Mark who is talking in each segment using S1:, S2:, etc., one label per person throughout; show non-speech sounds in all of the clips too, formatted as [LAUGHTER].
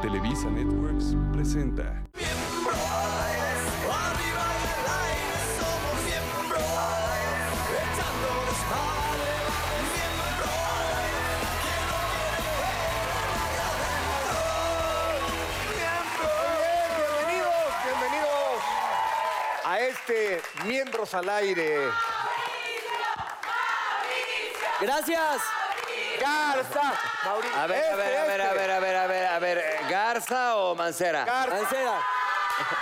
S1: Televisa Networks presenta.
S2: Bienvenidos, bienvenidos a este Miembros al Aire.
S3: Gracias.
S2: Garza, Mauricio.
S4: A
S5: este,
S4: ver, a ver, a ver, a ver, a ver, a ver, a ver, eh, ¿Garza o Mancera?
S2: Garza,
S3: Mancera.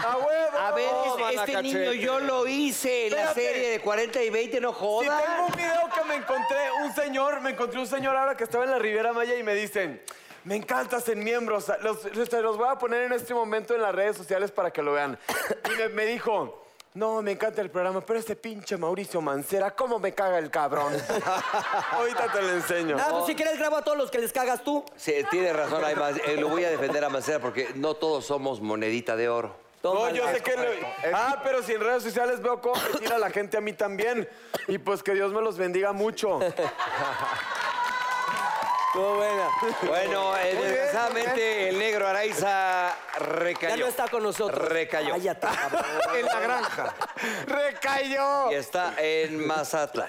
S2: a huevo.
S4: A ver, es- este niño yo lo hice en la
S5: Espérate.
S4: serie de 40 y 20, no
S5: Y tengo
S4: jodas.
S5: un video que me encontré, un señor, me encontré un señor ahora que estaba en la Riviera Maya y me dicen, me encantas en miembros, los, te los voy a poner en este momento en las redes sociales para que lo vean. Y me, me dijo, no, me encanta el programa, pero ese pinche Mauricio Mancera, ¿cómo me caga el cabrón? Ahorita te lo enseño.
S3: Ah, pues si quieres grabo a todos los que les cagas tú.
S4: Sí, tiene razón, hay más- eh, lo voy a defender a Mancera porque no todos somos monedita de oro.
S5: No, yo sé que... lo- Ah, pero si en redes sociales veo cómo me tira la gente a mí también. Y pues que Dios me los bendiga mucho.
S3: Todo buena.
S4: Bueno, eh,
S2: bien,
S4: desgraciadamente el negro Araiza recayó.
S3: Ya no está con nosotros.
S4: Recayó.
S3: Cállate, cabrón.
S2: En la granja.
S4: Y está en Mazatlán.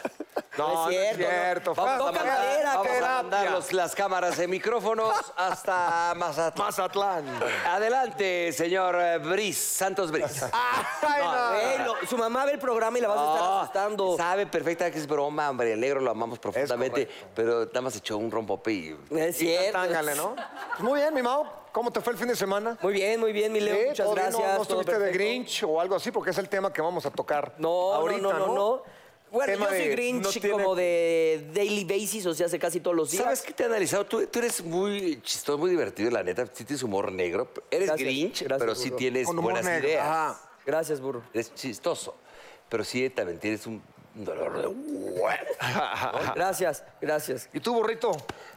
S3: No,
S2: no es cierto.
S3: Vamos,
S2: Vamos
S3: toca
S2: a
S4: mandar-
S3: madera,
S4: vamos a
S3: cabrón.
S4: mandar los- las cámaras de micrófonos hasta Mazatlán.
S2: Mazatlán.
S4: Adelante, señor eh, Briz, Santos Briz.
S2: Ah, Ay, no.
S3: Güey, lo- su mamá ve el programa y la vas a estar asustando.
S4: Ah, Sabe perfecta que es broma, hombre. El negro lo amamos profundamente, pero nada más echó un rompope y...
S3: No Es cierto.
S2: Tángale, ¿no? Pues Muy bien, mi Mao. ¿Cómo te fue el fin de semana?
S3: Muy bien, muy bien, mi Leo.
S2: Sí,
S3: Muchas
S2: ¿todo bien?
S3: gracias.
S2: Eh, ¿No- ¿No
S3: todo
S2: estuviste de
S3: perfecto.
S2: Grinch o algo así? Porque es el tema que vamos a tocar
S3: No,
S2: ahorita,
S3: no, no, no, no. Bueno,
S2: Tema
S3: yo soy
S2: de-
S3: Grinch
S5: no tiene-
S3: como de daily basis, o sea, hace casi todos los días.
S4: ¿Sabes qué te he analizado? Tú, tú eres muy chistoso, muy divertido, la neta. Sí tienes humor negro. Eres
S3: Gracias,
S4: Grinch,
S3: gracias,
S4: pero sí
S3: Rudo.
S4: tienes
S2: Con humor
S4: buenas
S2: negro,
S4: ideas.
S2: ajá.
S3: Gracias, burro.
S4: Eres chistoso, pero sí también tienes un dolor de...
S2: [LAUGHS]
S3: Gracias, gracias.
S2: ¿Y tú, burrito?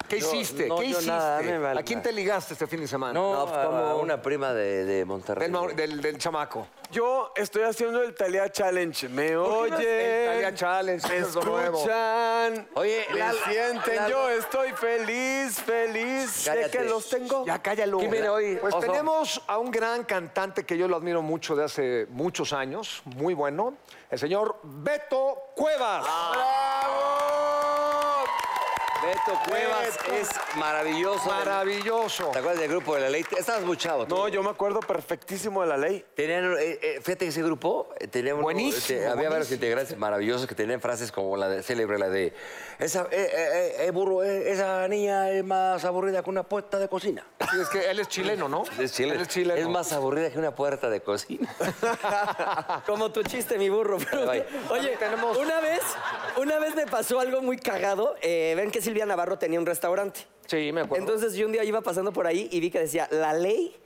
S2: ¿Qué
S4: Yo-
S2: hiciste?
S4: no,
S2: ¿Qué
S4: yo
S2: hiciste?
S4: nada, me vale
S2: ¿A quién
S4: madre.
S2: te ligaste este fin de semana?
S4: No,
S3: pues, ¿cómo?
S4: como una prima de, de Monterrey.
S2: Del, Maur- del- del chamaco.
S5: Yo estoy haciendo el Talía Challenge. Me
S2: qué no
S5: oyen.
S2: es el Thalía Challenge?
S5: Me
S2: Eso es lo nuevo.
S5: escuchan.
S4: Oye,
S5: me
S4: Lalo,
S5: sienten.
S4: Lalo.
S5: Yo estoy feliz, feliz de
S4: Cállate.
S5: que los tengo.
S2: Ya cállalo.
S4: ¿Quién viene hoy,
S2: Pues
S4: Oso?
S2: tenemos a un gran cantante que yo lo admiro mucho de hace muchos años, muy bueno, el señor Beto Cuevas.
S4: Ah,
S5: ¡Bravo!
S4: Beto Cuevas
S2: Beto.
S4: es maravilloso.
S2: Maravilloso.
S4: ¿Te acuerdas del grupo de la ley? Estabas muy chavo. tú.
S5: No, yo me acuerdo perfectísimo de la ley.
S4: Tenían, eh, eh, fíjate que ese grupo eh, tenía uno-
S2: Buenísimo,
S4: este, había varios
S2: buenísimo.
S4: integrantes maravillosos que tenían frases como la de, célebre, la de esa eh, eh, eh, eh, burro, eh, esa niña es más aburrida que una puerta de [LAUGHS] cocina.
S2: Sí, es que él es chileno, ¿no?
S4: Es chileno.
S2: Él es chileno.
S4: Es más aburrida que una puerta de cocina.
S3: Como tu chiste, mi burro. pero-
S4: Bye.
S3: oye,
S2: También tenemos-
S3: una vez, una vez me pasó algo muy cagado. Eh, Ven que Silvia Navarro tenía un restaurante.
S2: Sí, me acuerdo.
S3: Entonces yo un día iba pasando por ahí y vi que decía la ley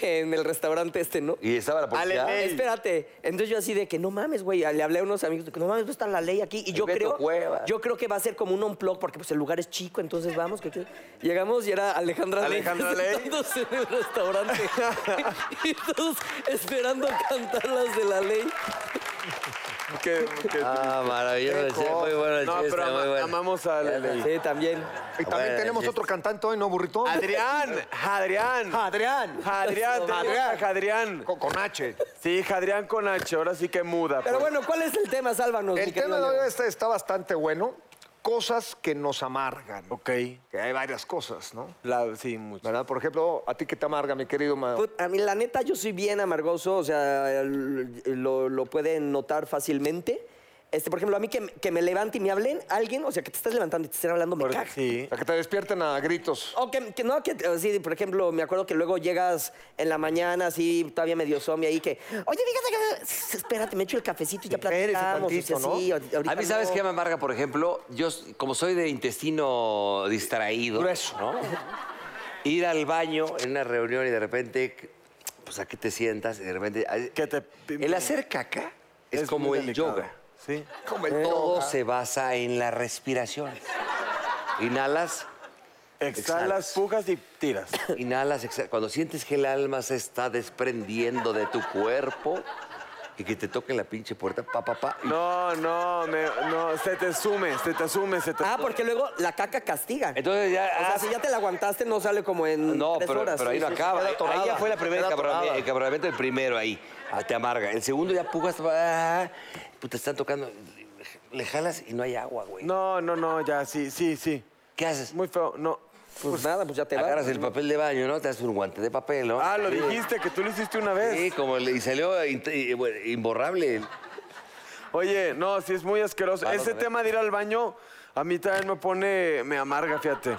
S3: en el restaurante este, ¿no?
S4: [LAUGHS] Y pues, estaba la policía.
S5: Ale, Ey.
S3: Espérate. Entonces yo así de que no mames, güey. Le hablé a unos amigos, que no mames, no está la ley aquí. Y yo
S4: Beto
S3: creo,
S4: Cuevas.
S3: yo creo que va a ser como un on-plug porque pues el lugar es chico, entonces vamos. que- que- Llegamos y era Alejandra Ley
S5: Alejandra Ley.
S3: sentándose en el restaurante. [LAUGHS] y todos esperando cantar las de la ley.
S5: Que, que-
S4: Ah, maravilloso.
S2: Qué
S4: sí, Muy bueno el
S5: no,
S4: chiste,
S5: pero ama-
S4: muy bueno.
S5: amamos a la ley.
S3: Sí, también.
S2: Y también
S4: Bueno,
S2: tenemos
S4: sí.
S2: otro cantante hoy, ¿no, burrito?
S5: Adrián, Adrián,
S2: Adrián.
S5: Adrián,
S2: Adrián.
S5: Adrián, Adrián.
S2: Con, con H.
S5: Sí, Adrián con H, ahora sí que muda.
S3: Pero
S5: pues.
S3: bueno, ¿cuál es el tema? Sálvanos. mi
S2: El
S3: querido
S2: tema de hoy
S3: Leo.
S2: está, está bastante bueno. Cosas que nos amargan.
S5: Ok.
S2: Que hay varias cosas, ¿no?
S5: La- sí, mucho.
S2: ¿Verdad? Por ejemplo, a ti que te amarga, mi querido Mao.
S3: Put- A mí, la neta, yo soy bien amargoso, o sea, el- lo, lo pueden notar fácilmente. Este, por ejemplo, a mí que, que me levante y me hablen alguien, o sea, que te estás levantando y te estén hablando, me
S5: Por-
S3: caga.
S5: Sí.
S2: A que te despierten a gritos.
S3: O que, que no, que así, por ejemplo, me acuerdo que luego llegas en la mañana, así, todavía medio zombie ahí, que, oye, fíjate que... s- Espérate, me echo el cafecito y ya
S2: Espérese
S3: platicamos. o sea,
S2: tantito, ¿no?
S3: sí, ahor- ahorita
S4: A mí, ¿sabes
S3: no.
S4: qué me amarga, por ejemplo? Yo, como soy de intestino distraído,
S2: Grueso.
S4: ¿no? [LAUGHS] Ir al baño en una reunión y de repente, pues, ¿a qué te sientas? Y de repente... ay,
S5: Que te-
S4: El hacer caca es,
S5: Es
S4: como
S5: muy
S4: el
S5: delicado.
S4: yoga.
S5: Sí.
S2: Como el
S4: Todo
S2: toga.
S4: se basa en la respiración. Inhalas,
S5: Exhalas, pujas y tiras.
S4: inhalas, exhalas. Cuando sientes que el alma se está desprendiendo de tu cuerpo, y que te toquen la pinche puerta, pa, pa, pa. y-
S5: No, no, me- no, se te sume, se te sume, se te
S3: Ah, porque luego la caca castiga.
S4: Entonces ya.
S3: o sea,
S4: ah,
S3: si ya te la aguantaste, no sale como en
S4: No,
S3: tres
S4: pero,
S3: horas.
S4: pero ahí
S3: Sí,
S4: no
S3: sí, sí,
S4: acaba.
S3: queda
S4: Ahí-
S3: atorada.
S4: Ahí ya fue la primera
S3: Queda
S4: cabronea-
S3: atorada.
S4: el cabronamiento, el primero ahí. Ah, Te amarga. El segundo ya pugas. ah, pues te están tocando. Le jalas y no hay agua, güey.
S5: No, no, no, ya, sí, sí, sí.
S4: ¿Qué haces?
S5: Muy feo, no.
S3: Pues, nada, pues ya te
S4: Agarras
S3: vas.
S4: el papel de baño, ¿no? Te haces un guante de papel, ¿no?
S5: Ah, lo
S4: Sí.
S5: dijiste, que tú lo hiciste una
S4: Sí,
S5: vez.
S4: como le- y salió in- y- bueno, imborrable.
S5: Oye, no, sí es muy asqueroso.
S4: Claro,
S5: Ese
S4: bebé.
S5: tema de ir al baño a mí también me pone, me amarga, fíjate.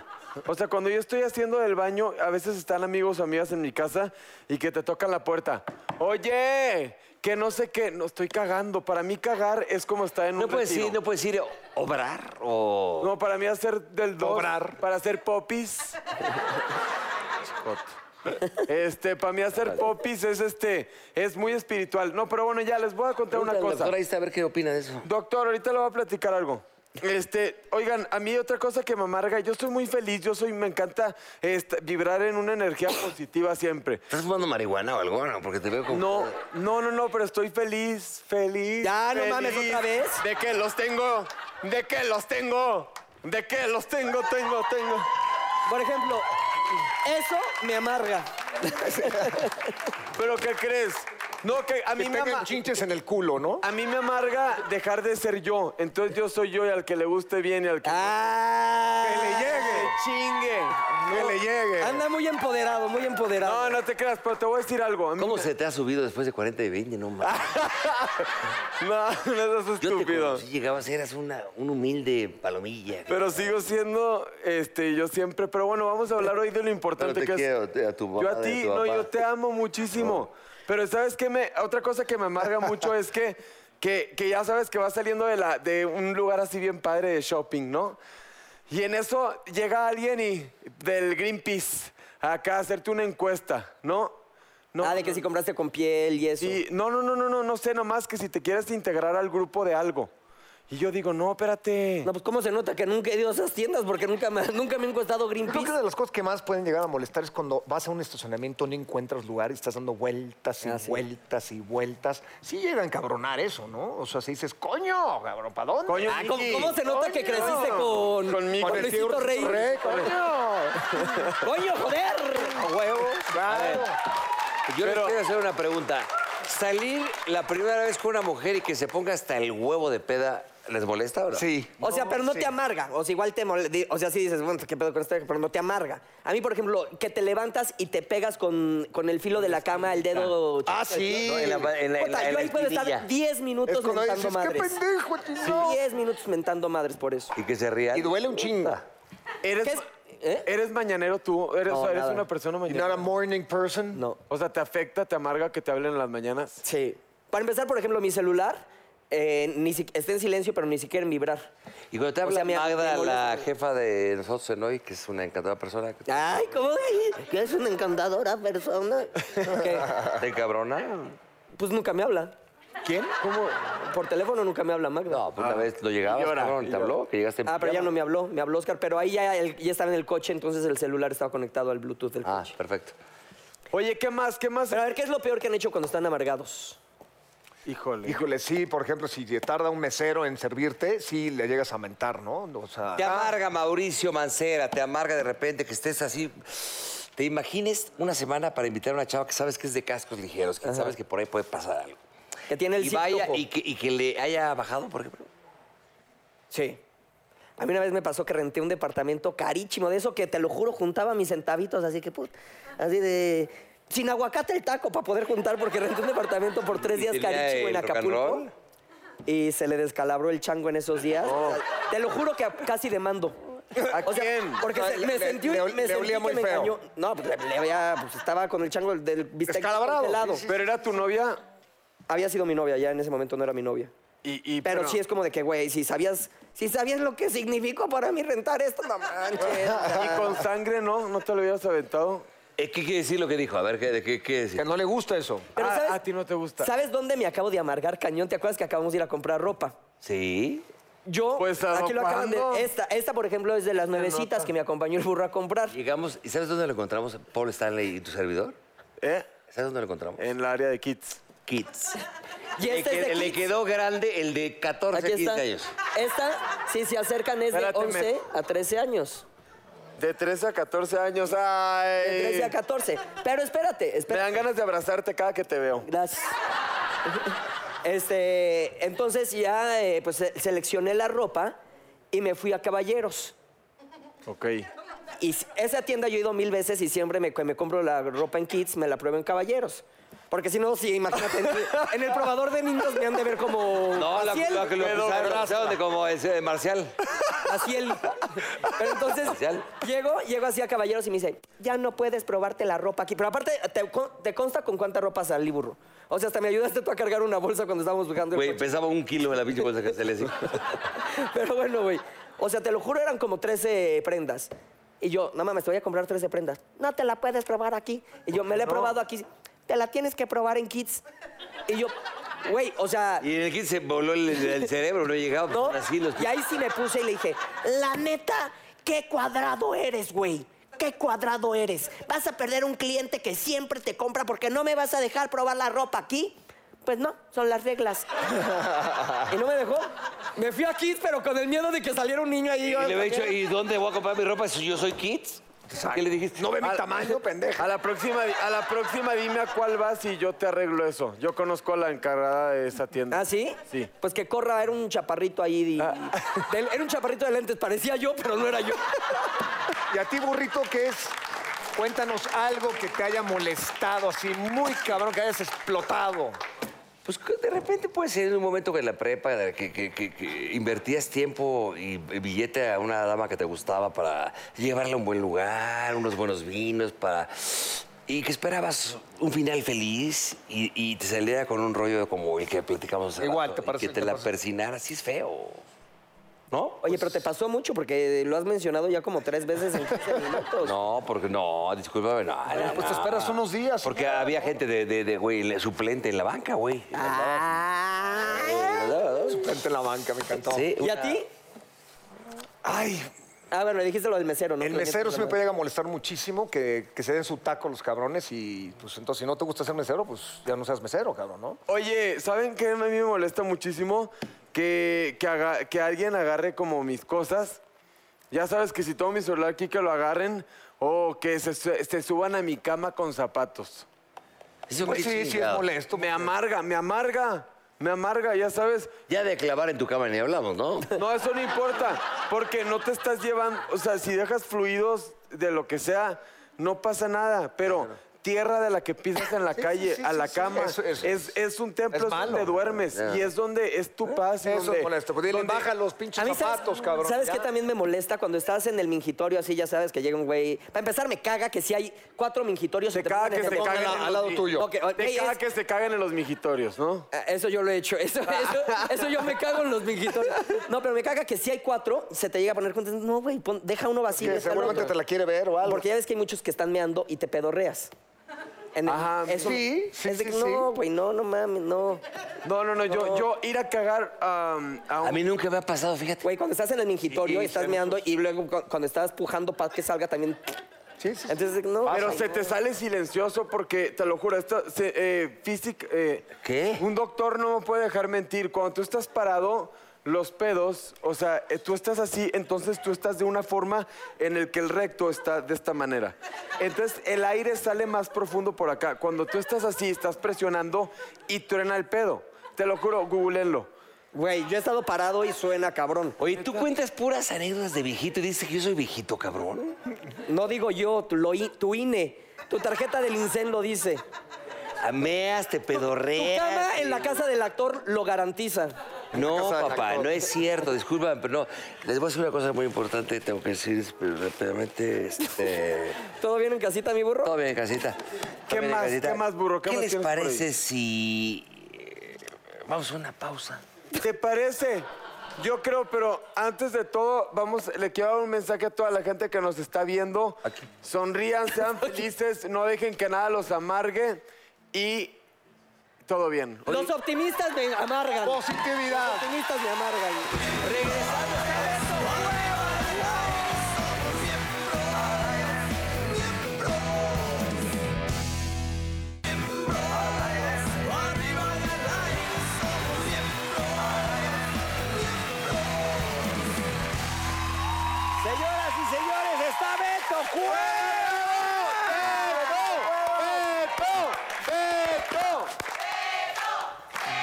S5: O sea, cuando yo estoy haciendo el baño, a veces están amigos o amigas en mi casa y que te tocan la puerta. Oye, que no sé qué, no estoy cagando. Para mí cagar es como estar en un
S4: No puedes
S5: retiro.
S4: ir, no puedes ir obrar o.
S5: No, para mí hacer del dos.
S4: Cobrar.
S5: Para hacer popis. Este, para mí hacer popis es este, es muy espiritual. No, pero bueno, ya les voy a contar una
S4: Pregúntale al
S5: cosa.
S4: doctor, ahí está a ver qué opina de eso.
S5: Doctor, ahorita le voy a platicar algo. Este, oigan, a mí otra cosa que me amarga, yo estoy muy feliz, yo soy, me encanta este, vibrar en una energía positiva siempre.
S4: ¿Estás fumando marihuana o algo? No, porque te veo como.
S5: No, no, no, no, pero estoy feliz, feliz.
S3: Ya, no
S5: feliz.
S3: mames, ¿otra vez?
S5: ¿De que los tengo? ¿De que los tengo? ¿De que los tengo, tengo, tengo?
S3: Por ejemplo, eso me amarga.
S5: ¿Pero qué crees? No, que a mí
S2: Que
S5: me
S2: tengan
S5: ama-
S2: chinches en el culo, ¿no?
S5: A mí me amarga dejar de ser yo. Entonces yo soy yo y al que le guste bien y al que...
S3: Ah.
S5: ¡Que le llegue! ¡Chingue!
S2: Que le llegue.
S3: Anda muy empoderado, muy empoderado.
S5: No, no te creas, pero te voy a decir algo. A mí
S4: ¿Cómo
S5: me-
S4: se te ha subido después de 40 y 20? No mames.
S5: [LAUGHS]
S3: Ah,
S5: No, no seas
S4: Yo te
S5: estúpido.
S4: conocí, llegabas, eras una, un humilde palomilla.
S5: Pero sigo siendo, este, yo siempre... Pero bueno, vamos a hablar hoy de lo importante
S4: Pero te
S5: que
S4: quiero,
S5: es...
S4: te- a tu
S5: yo
S4: mamá,
S5: a
S4: de
S5: ti,
S4: tu
S5: no,
S4: papá.
S5: yo te amo muchísimo. Pero ¿sabes qué? Me, otra cosa que me amarga mucho es que, que, que ya sabes que vas saliendo de, la, de un lugar así bien padre de shopping, ¿no? Y en eso llega alguien y, del Greenpeace acá a hacerte una encuesta, ¿no? no
S3: ah, de que si compraste con piel y eso.
S5: Sí, no, no, no, no, no, no sé, nomás que si te quieres integrar al grupo de algo. Y yo digo, no, espérate.
S3: No, pues cómo se nota que nunca he ido a esas tiendas porque nunca me, nunca me han costado
S2: Creo que una
S3: Greenpeace.
S2: de las cosas que más pueden llegar a molestar es cuando vas a un estacionamiento, no encuentras lugar y estás dando vueltas y
S3: Ah, sí.
S2: vueltas y vueltas. Sí llega a encabronar eso, ¿no? O sea, si dices, coño, cabrón, ¿para dónde?
S5: Coño,
S3: Ah, ¿cómo, cómo se nota que creciste con,
S5: Con mi- con el
S3: Luisito
S2: Tío
S3: Rey?
S2: Rey, coño.
S3: ¡Coño, joder!
S2: A huevo, claro.
S4: Yo les
S5: Pero-
S4: quiero hacer una pregunta. Salir la primera vez con una mujer y que se ponga hasta el huevo de peda, ¿les molesta ahora?
S2: Sí.
S3: O sea, pero no te amarga. O sea, igual te mole- di- O sea, sí dices, bueno, qué pedo con esto, pero no te amarga. A mí, por ejemplo, que te levantas y te pegas con, con el filo de la cama, el dedo.
S2: Ah, sí.
S4: No, en la- en la- en
S3: Puta,
S4: la- en
S3: yo
S4: la
S3: ahí puedo estar
S4: espinilla.
S3: 10
S2: Es
S3: minutos
S2: cuando
S3: mentando
S2: dices, qué
S3: madres.
S2: pendejo,
S3: Sí,
S2: no.
S3: 10 minutos mentando madres por eso.
S4: Y que se rían.
S2: Y duele un chingo.
S5: ¿Eres,
S3: ¿Qué es- eh?
S5: ¿Eres mañanero tú? ¿Eres,
S3: No,
S5: o sea, eres
S3: nada.
S5: una persona
S2: You're not
S5: mañanera?
S2: a morning person.
S3: No.
S5: O sea, ¿te afecta, te amarga que te hablen en las mañanas?
S3: Sí. Para empezar, por ejemplo, mi celular eh, ni si- está en silencio, pero ni siquiera en vibrar.
S4: Y cuando te
S3: O
S4: habla
S3: sea, me-
S4: Magda,
S3: me molesta.
S4: la jefa de nosotros en hoy, que es una encantadora persona, que
S3: Ay, ¿cómo? Que es una encantadora persona. Ok.
S5: Ah.
S4: ¿te cabrona?
S3: Pues nunca me habla.
S2: ¿Quién?
S3: ¿Cómo? Por teléfono nunca me habla Magda.
S4: No, pues una vez no
S5: Ah.
S4: llegabas,
S5: Y llora,
S4: cabrón,
S5: y
S4: te habló,
S5: llora.
S4: que llegaste en
S3: Ah, pero ya no
S4: pijama.
S3: me habló, me habló Oscar, pero ahí ya, el- ya estaba en el coche, entonces el celular estaba conectado al Bluetooth del
S4: Ah,
S3: coche.
S4: perfecto.
S5: Oye, ¿qué más? ¿Qué más?
S3: Pero a ver, ¿qué es lo peor que han hecho cuando están amargados?
S5: Híjole.
S2: Híjole, sí, por ejemplo, si te tarda un mesero en servirte, sí le llegas a mentar, ¿no? O sea,
S4: Te amarga Mauricio Mancera, te amarga de repente que estés así. ¿Te imagines una semana para invitar a una chava que sabes que es de cascos ligeros, que sabes que por ahí puede pasar algo?
S3: Que tiene el
S4: y vaya
S3: sítojo.
S4: y que, y que le haya bajado, por ejemplo.
S3: Sí. A mí una vez me pasó que renté un departamento carísimo, de eso que te lo juro, juntaba mis centavitos, así que put, así de. Sin aguacate el taco para poder juntar, porque renté un departamento por tres
S4: ¿Y
S3: días
S4: tenía
S3: carísimo en
S2: eh,
S4: el rock and
S3: Acapulco.
S4: roll?
S3: Y se le descalabró el chango en esos días.
S2: Oh.
S3: Te lo juro que casi demando.
S5: ¿A
S3: O sea,
S5: quién?
S3: porque
S2: O sea,
S3: se-
S2: le-
S3: me
S2: le-
S3: sentí,
S2: le
S3: me
S2: ol- le
S3: sentí
S2: olía
S3: que
S2: muy
S3: me
S2: feo.
S3: engañó. No, pues, le, le había- pues, estaba con el chango del bistec
S2: Descalabrado.
S3: congelado.
S2: Sí, sí,
S5: ¿Pero era tu novia?
S3: Había sido mi novia, ya en ese momento no era mi novia.
S5: Y, y-
S3: Pero, sí es como de que, güey, si sabías, si sabías lo que significó para mí rentar esto, no manches.
S5: [LAUGHS] ¿Y con sangre no? ¿No te lo hubieras aventado?
S4: Eh, ¿Qué quiere decir lo que dijo? A ver, ¿qué, de qué quiere
S2: que
S4: decir?
S2: no le gusta eso.
S3: Pero
S5: Ah,
S3: ¿sabes?
S5: a ti no te gusta.
S3: ¿Sabes dónde me acabo de amargar cañón? ¿Te acuerdas que acabamos de ir a comprar ropa?
S4: Sí.
S3: Yo,
S5: Pues, ¿a
S3: aquí lo acaban
S5: cuándo?
S3: de. Esta, esta, por ejemplo, es de las nuevecitas que me acompañó el burro a comprar.
S4: Llegamos, ¿y sabes dónde lo encontramos, Paul Stanley y tu servidor?
S5: ¿Eh?
S4: ¿Sabes dónde lo encontramos?
S5: En la área de kids.
S4: Kids.
S3: Y este
S4: le,
S3: es de
S4: qued- le
S3: Kids.
S4: quedó grande el de 14,
S3: Aquí
S4: 15
S3: está.
S4: años.
S3: Esta, si se acercan, es de
S5: Espérate, me-
S3: 11 a 13 años.
S5: De 13 a 14 años, ay.
S3: De 13 a 14. Pero espérate,
S5: Me
S3: espérate.
S5: dan ganas de abrazarte cada que te veo.
S3: Gracias. [LAUGHS] Este, entonces ya eh, pues se- seleccioné la ropa y me fui a Caballeros.
S5: Ok.
S3: Y s- esa tienda yo he ido mil veces y siempre me, me compro la ropa en Kids, me la pruebo en Caballeros. Porque si no, sí, imagínate, en, en el probador de niños me han de ver como
S4: No, la,
S3: Maciel.
S4: la que lo
S3: Pero-
S4: acusaron- lo acusaron de como ese de Marcial.
S3: Maciel. Pero entonces
S4: Maciel.
S3: llego, llego así a Caballeros y me dice, ya no puedes probarte la ropa aquí. Pero aparte, te, con- te consta con cuánta ropa salí, burro. O sea, hasta me ayudaste tú a cargar una bolsa cuando estábamos buscando el
S4: Güey,
S3: coche.
S4: pesaba un kilo de la pinche bolsa que se le hacía.
S3: [LAUGHS] Pero bueno, güey. O sea, te lo juro, eran como 13 prendas. Y yo, no mames, te voy a comprar 13 prendas. No te la puedes probar aquí. Y yo, me la he probado aquí. Te la tienes que probar en Kids. Y yo, güey, o sea,
S4: Y en el Kids se voló el, el cerebro, no llegaba. pues,
S3: ¿no?
S4: son así los
S3: Y ahí sí me puse y le dije, la neta, qué cuadrado eres, güey. Qué cuadrado eres. Vas a perder un cliente que siempre te compra porque no me vas a dejar probar la ropa aquí. Pues no, son
S4: [LAUGHS]
S3: las reglas. y no me dejó. Me fui a Kids, pero con el miedo de que saliera un niño ahí.
S4: Y le había dicho, ¿y dónde voy a comprar mi ropa si yo soy kids? ¿Qué le dijiste?
S2: No ve mi
S5: Al-
S2: tamaño, pendeja.
S5: A la próxima, di- a la próxima dime a cuál vas y yo te arreglo eso. Yo conozco a la encargada de esa tienda.
S3: ¿Ah, sí?
S5: Sí.
S3: Pues que corra, era un chaparrito ahí. de- de- era un chaparrito de lentes, parecía yo, pero no era yo.
S2: Y a ti, burrito, ¿qué es? Cuéntanos algo que te haya molestado, así muy cabrón, que hayas explotado.
S4: Pues que de repente puede ser en un momento que en la prepa de que, que- que- que invertías tiempo y billete a una dama que te gustaba para llevarla a un buen lugar, unos buenos vinos, para. Y que esperabas un final feliz y, y te saliera con un rollo como el que platicamos hace
S2: Igual,
S4: rato, y
S2: ¿te parece
S4: Que
S2: que
S4: te la
S2: pasa?
S4: persinara, sí es feo. ¿No?
S3: Oye, pero te pasó mucho porque lo has mencionado ya como tres veces en 15 minutos.
S4: No, porque no, discúlpame, no. no,
S2: pues te
S4: no.
S2: esperas unos días,
S4: Porque había gente de, de, de, güey, le- suplente en la banca, güey.
S2: Suplente en la banca, me encantó.
S4: Sí,
S3: ¿Y a ti?
S2: Ay,
S3: Ah, bueno, dijiste lo del mesero, ¿no?
S2: el mesero sí me puede llegar a molestar muchísimo que, que se den su taco los cabrones y pues entonces si no te gusta ser mesero, pues ya no seas mesero, cabrón, ¿no?
S5: Oye, ¿saben qué a mí me molesta muchísimo? Que, que, aga- que alguien agarre como mis cosas. Ya sabes que si tomo mi celular aquí, que lo agarren o que se, su- se suban a mi cama con zapatos.
S4: Eso
S2: Pues
S4: qué
S2: sí, sí es
S4: chingado.
S2: molesto.
S5: Me amarga, me amarga, me amarga, ya sabes.
S4: Ya de clavar en tu cama ni hablamos, ¿no?
S5: No, eso no importa, porque no te estás llevando, o sea, si dejas fluidos de lo que sea, no pasa nada, pero tierra de la que pisas en la
S2: Sí,
S5: calle,
S2: sí, sí,
S5: a la
S2: sí, sí.
S5: cama,
S2: Eso- eso
S5: es, es un templo,
S2: es
S5: es,
S2: malo. Eh,
S5: donde duermes y es donde es tu paz. y
S2: Eso
S5: donde-
S2: es molesto. Pues dile,
S5: donde-
S2: baja los pinches zapatos,
S3: ¿sabes,
S2: cabrón.
S3: ¿Sabes
S2: ya.
S3: qué también me molesta? Cuando estás en el mingitorio así, ya sabes que llega un güey... Para empezar, me caga que si hay cuatro mingitorios...
S5: Te
S3: y te
S5: caga
S3: ponen
S5: que se
S3: enfrente.
S5: caguen en los mi-
S3: Ok, ok,
S5: Te
S3: es-
S5: caga que se caguen en los mijitorios, ¿no?
S3: Ah, Eso yo lo he hecho. [LAUGHS] Eso, eso- eso yo me cago en los mingitorios. No, pero me caga que si hay cuatro, se te llega a poner contento. No, güey, pon- deja uno vacío.
S2: Que
S3: deja el
S2: seguramente
S3: otro.
S2: te la quiere ver o algo.
S3: Porque ya ves que hay muchos que están meando y te pedorreas. En el-
S5: Ajá,
S2: sí, sí,
S3: es de
S2: sí,
S3: que, No, güey, no, no mames, no.
S5: No, no, no, yo, yo ir a cagar am, a un...
S4: A mí nunca me ha pasado, fíjate.
S3: Güey, cuando estás en el mingitorio y estás meando y luego cu- cuando estás pujando para que salga también.
S2: Sí, sí, sí.
S3: Entonces, no.
S5: Pero
S3: güey,
S5: se
S3: no.
S5: te sale silencioso porque, te lo juro, esta, se- eh, físic- eh,
S4: ¿Qué?
S5: Un doctor no me puede dejar mentir. Cuando tú estás parado, los pedos, o sea, eh, tú estás así, entonces tú estás de una forma en el que el recto está de esta manera. Entonces el aire sale más profundo por acá. Cuando tú estás así, estás presionando y truena el pedo. Te lo juro, googleenlo.
S3: Güey, yo he estado parado y suena cabrón.
S4: Oye, tú cuentas puras anécdotas de viejito y dices que yo soy viejito, cabrón.
S3: No digo yo, tu, lo i- tu INE, tu tarjeta del incendio lo dice.
S4: Ameas, te
S3: Tu
S5: Eh,
S4: pedorreas.
S3: cama en la casa del actor lo garantiza.
S4: No,
S2: casa del
S4: papá,
S2: actor.
S4: no es cierto, discúlpame, pero no. Les voy a decir una cosa muy importante, tengo que decir pero rápidamente. Este...
S3: ¿Todo bien en casita, mi burro?
S4: Todo bien, casita.
S5: ¿Qué
S4: Todo bien,
S5: más? ¿Qué más, burro? ¿Qué
S4: ¿Qué
S5: más
S4: les
S5: tienes por ahí?
S4: parece si. eh, Vamos a una pausa.
S5: ¿Te parece? Yo creo, pero antes de todo, vamos, le quiero dar un mensaje a toda la gente que nos está viendo. Sonrían, sean
S6: [LAUGHS]
S5: felices, no dejen que nada los amargue y todo bien.
S3: Los optimistas me amargan. Los
S2: Positividad.
S3: optimistas me amargan.
S6: Arriba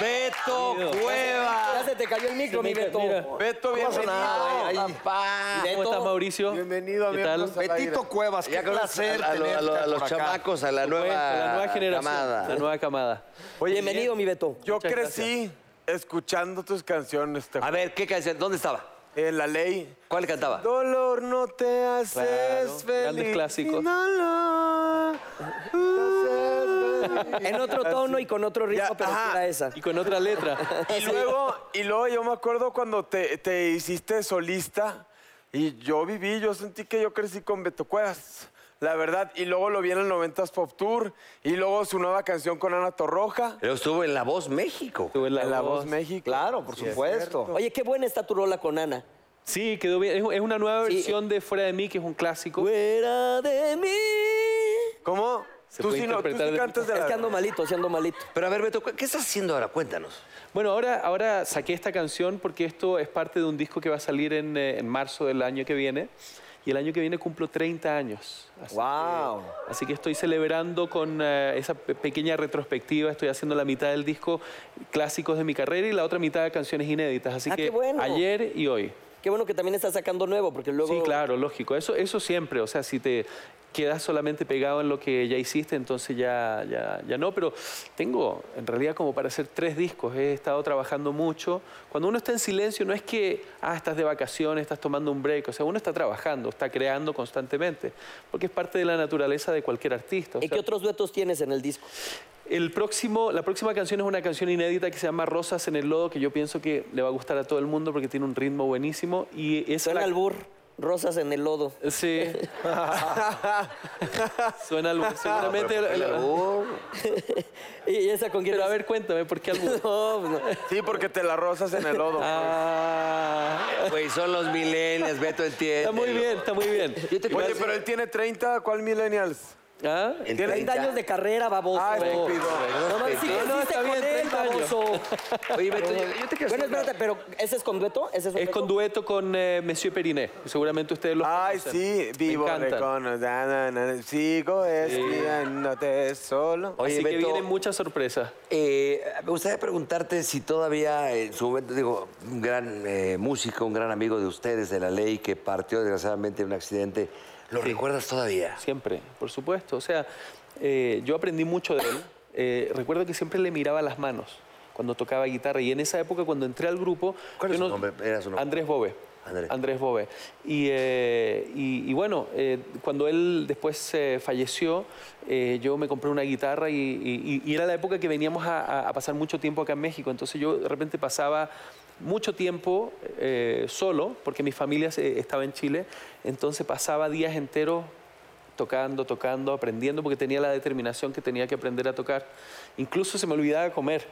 S4: Beto
S3: Ya
S4: Cueva.
S3: se te cayó el micro, mi Beto.
S5: Beto,
S3: No pasa
S5: bienvenido.
S3: nada, ahí, ahí.
S4: Papá.
S6: ¿Cómo está Mauricio?
S5: Bienvenido a
S6: ¿Qué tal?
S5: Miembros al Aire.
S2: Betito Cuevas, qué
S4: Ya conoces
S2: placer
S4: a, a lo- a lo- a
S2: tenerte
S4: los
S2: por acá.
S4: chamacos, a la nueva,
S6: Bueno, la nueva generación,
S4: camada.
S6: la nueva camada.
S5: Oye,
S3: Bienvenido, mi Beto.
S5: Yo
S6: Muchas Ah.
S5: crecí escuchando tus canciones, te
S4: A ver, ¿qué canción? ¿Dónde estaba?
S5: En la ley.
S4: ¿Cuál cantaba?
S5: Dolor no te haces
S6: Claro, grandes
S5: feliz.
S6: clásicos.
S5: sin
S6: [LAUGHS]
S5: Dolor. uh,
S3: En
S5: [LAUGHS]
S3: otro tono y con otro ritmo,
S5: Ah, Ya,
S3: pero sí
S5: ajá.
S3: era esa.
S6: Y con otra letra.
S5: Y luego, y luego yo me acuerdo cuando te, te hiciste solista y yo viví, yo sentí que yo crecí con Beto Cuevas, la verdad. Y luego lo vi en el 90s Pop Tour y luego su nueva canción con Ana Torroja.
S4: Pero estuvo en La Voz México.
S6: Tuve
S5: en La Voz México.
S2: Claro, por supuesto.
S3: Oye, qué buena está tu rola con Ana.
S6: Sí, quedó bien. Es- Es una nueva
S3: Sí.
S6: versión de Fuera de mí, que es un clásico.
S3: Fuera de mí.
S5: ¿Cómo?
S6: Se
S5: Tú
S6: puede
S5: sí, no, tú
S6: interpretar
S5: sí
S6: de-
S5: cantas de
S3: Es
S5: la...
S3: que ando malito, sí ando malito.
S4: Pero a ver, Beto, ¿qué estás haciendo ahora? Cuéntanos.
S6: Bueno, ahora, ahora saqué esta canción porque esto es parte de un disco que va a salir en, eh, en marzo del año que viene. Y el año que viene cumplo 30 años. Así,
S2: Wow.
S6: así que estoy celebrando con eh, esa pe- pequeña retrospectiva. Estoy haciendo la mitad del disco clásicos de mi carrera y la otra mitad de canciones inéditas. Así
S3: Ah,
S6: que
S3: qué bueno.
S6: ayer y hoy.
S3: Qué bueno que también estás sacando nuevo, porque luego.
S6: Sí, claro, lógico. Eso, eso siempre. O sea, si te quedas solamente pegado en lo que ya hiciste, entonces ya, ya, ya no. Pero tengo, en realidad, como para hacer tres discos. He estado trabajando mucho. Cuando uno está en silencio, no es que, ah, estás de vacaciones, estás tomando un break. O sea, uno está trabajando, está creando constantemente. Porque es parte de la naturaleza de cualquier artista. O
S3: ¿Y
S6: sea,
S3: qué otros duetos tienes en el disco?
S6: el próximo, la próxima canción es una canción inédita que se llama Rosas en el Lodo, que yo pienso que le va a gustar a todo el mundo porque tiene un ritmo buenísimo. Y es
S3: Suena
S6: la-
S3: albur, rosas en el lodo.
S6: Sí. Suena algo. Seguramente.
S4: Oh,
S3: ¿Y y esa con quién
S6: Pero a
S3: la-
S6: ver, cuéntame, ¿por qué algo?
S3: [LAUGHS] No, pues no.
S5: Sí, porque te la rozas en el lodo.
S6: Ah,
S4: Güey, son los milenios, Beto entiende.
S6: está muy bien, está muy bien.
S4: Yo te
S6: pues
S5: Oye, pero él tiene 30, ¿cuál millennials?
S6: ¿ah,
S4: En
S3: 30 años de carrera, baboso.
S5: Ah, estúpido.
S3: No mames, sí
S4: No,
S6: no,
S3: creciste
S6: está
S3: con
S6: bien,
S3: él,
S6: 30 años.
S3: baboso.
S4: Oye, Beto, yo, yo te quiero hacer
S3: Bueno,
S4: una-
S3: espérate, pero ¿ese es con dueto? ¿Ese es, un
S6: Es con dueto con eh, Monsieur Periné. que Seguramente ustedes lo
S5: Ay,
S6: conocen.
S5: sí,
S6: Me
S5: vivo eh,
S6: encantan.
S5: recono- na, na, na, Sigo espiándote solo.
S4: Oye,
S6: Así que
S4: Beto,
S6: vienen muchas sorpresas.
S4: Eh, me gustaría preguntarte si todavía en su momento, digo, un gran eh, músico, un gran amigo de ustedes, de la ley, que partió desgraciadamente en un accidente, ¿lo recuerdas todavía?
S6: Siempre, por supuesto. O sea, eh, yo aprendí mucho de él. Eh, recuerdo que siempre le miraba las manos cuando tocaba guitarra. Y en esa época, cuando entré al grupo...
S4: ¿Cuál
S6: yo
S4: es su nombre? Era su nombre.
S6: Andrés Bove.
S4: Andrés.
S6: Bove. Y, eh, y- y bueno, eh, cuando él después eh, falleció, eh, yo me compré una guitarra y, y- y- y era la época que veníamos a, a- a pasar mucho tiempo acá en México. Entonces yo de repente pasaba mucho tiempo eh, solo, porque mi familia se- estaba en Chile. Entonces pasaba días enteros tocando, tocando, aprendiendo, porque tenía la determinación que tenía que aprender a tocar. Incluso se me olvidaba comer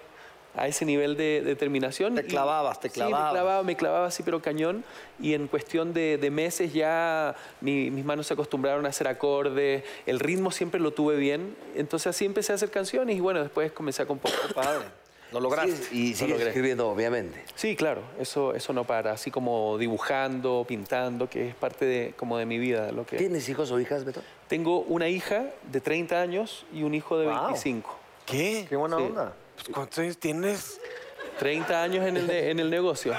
S6: a ese nivel de determinación.
S2: Te
S6: y-
S2: clavabas, te
S6: Sí, me
S2: clavabas.
S6: clavaba, me clavaba así, pero cañón. Y en cuestión de, de meses ya mi- mis manos se acostumbraron a hacer acordes, el ritmo siempre lo tuve bien. Entonces así empecé a hacer canciones y bueno, después comencé a componer.
S2: Padre, lo lograste.
S4: Sí, y sigue
S6: logré.
S4: escribiendo, obviamente.
S6: Sí, claro, eso, eso no para, así como dibujando, pintando, que es parte de, como de mi vida. Lo que...
S4: ¿Tienes hijos o hijas, Beto?
S6: Tengo una hija de 30 años y un hijo de
S2: Wow.
S6: 25.
S5: ¿Qué?
S2: Qué buena
S6: Sí.
S2: onda.
S5: Pues, ¿Cuántos años tienes?
S6: 30 años en el, ne- en el negocio.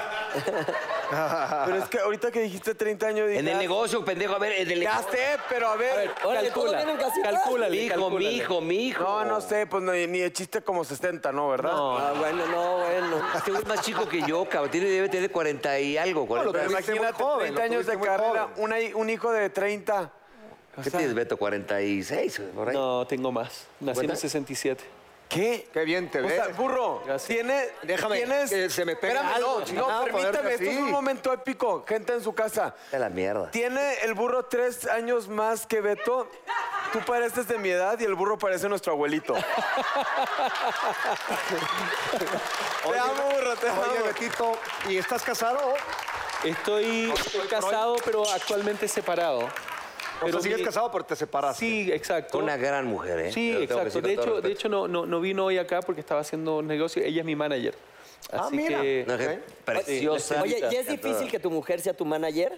S5: Pero es que ahorita que dijiste 30 años... dije,
S4: En el
S5: ah,
S4: negocio, pendejo, a ver, en el
S5: Ya
S4: negocio.
S5: sé, pero a ver...
S6: A ver,
S3: Órale, ¿todo
S6: calcula,
S3: bien en casita?
S6: calcúlale,
S4: Mi hijo, mi
S6: calcúlale.
S4: hijo, mi hijo.
S5: No, no sé, pues no, ni de chiste como 60, ¿no? ¿Verdad?
S6: No,
S3: Ah, bueno, no, bueno.
S4: Este güey es más chico que yo, cabrón. Tiene, debe tener 40 y algo. 40.
S5: Pero
S2: tuviste muy
S5: imagínate,
S2: joven,
S5: 30
S2: lo
S5: años de
S2: tuviste muy
S5: carrera,
S2: joven.
S5: una hi- un hijo de 30.
S4: ¿Qué tienes, Beto? 46, por ahí.
S6: no, tengo más. Nací en
S4: ¿Cuánta?
S6: el 67.
S5: ¿Qué?
S2: Qué bien te
S5: O
S2: ves.
S5: sea, burro,
S6: Gracias.
S5: tiene-
S2: Déjame
S5: tienes...
S2: que se me pegue
S5: Espérame,
S2: algo,
S5: no,
S2: chingado,
S5: no,
S2: para verte
S5: permíteme, esto es
S2: así.
S5: un momento épico. Gente en su casa.
S4: De la mierda.
S5: Tiene el burro tres años más que Beto. Tú pareces de mi edad y el burro parece nuestro abuelito. te amo, burro, te
S2: Oye,
S5: amo.
S2: Betito, ¿y estás casado?
S6: Estoy casado, pero actualmente separado.
S2: O sea, sigues
S6: mi-
S2: casado, pero te separaste.
S6: Sí, exacto.
S4: Una gran mujer, ¿eh?
S6: Sí,
S4: Lo tengo que
S6: exacto.
S4: decir con
S6: De
S4: todo
S6: hecho, de
S4: respeto.
S6: hecho no, no, no vino hoy acá porque estaba haciendo un negocio. Ella es mi manager. Así
S4: Ah,
S2: mira.
S6: que...
S4: Una mujer
S2: Ok.
S4: preciosa.
S3: Oye, ¿y es difícil que tu mujer sea tu manager?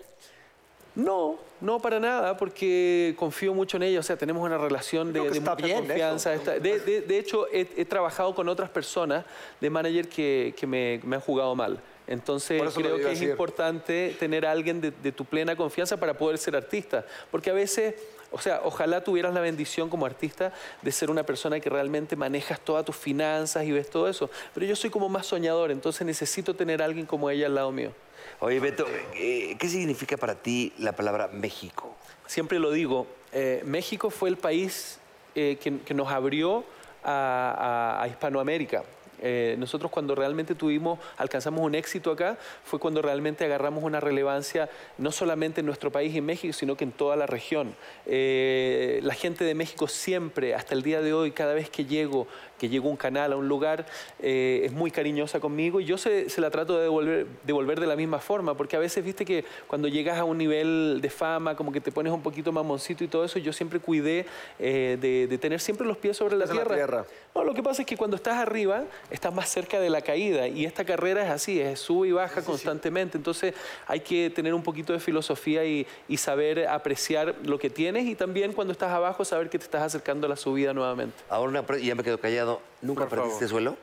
S6: No, no para nada, porque confío mucho en ella. O sea, tenemos una relación de,
S2: Creo que
S6: de
S2: está
S6: mucha
S2: bien eso.
S6: confianza. Está- de, de- de hecho, he, he trabajado con otras personas de manager que, que me, me han jugado mal. Entonces,
S2: Por eso lo
S6: creo
S2: iba
S6: que
S2: a
S6: es
S2: decir.
S6: importante tener a alguien de, de tu plena confianza para poder ser artista. Porque a veces, o sea, ojalá tuvieras la bendición como artista de ser una persona que realmente manejas todas tus finanzas y ves todo eso. Pero yo soy como más soñador, entonces necesito tener a alguien como ella al lado mío.
S4: Oye, Beto, eh, ¿qué significa para ti la palabra México?
S6: siempre lo digo, eh, México fue el país eh, que, que nos abrió a, a- a Hispanoamérica. Eh, nosotros cuando realmente tuvimos, alcanzamos un éxito acá, fue cuando realmente agarramos una relevancia no solamente en nuestro país y en México, sino que en toda la región. Eh, la gente de México siempre, hasta el día de hoy, cada vez que llego, que llego a un canal, a un lugar, eh, es muy cariñosa conmigo y yo se, se la trato de devolver, devolver de la misma forma, porque a veces viste que cuando llegas a un nivel de fama, como que te pones un poquito mamoncito y todo eso, yo siempre cuidé eh, de, de tener siempre los pies sobre la
S2: Pies en la
S6: tierra.
S2: tierra.
S6: No, lo que pasa es que cuando estás arriba, estás más cerca de la caída y esta carrera es así, es sube y baja constantemente, entonces hay que tener un poquito de filosofía y, y saber apreciar lo que tienes y también cuando estás abajo saber que te estás acercando a la subida nuevamente.
S4: Ahora una pre- ya me quedo callado. ¿Nunca
S5: Por
S4: perdiste
S5: favor.
S4: suelo?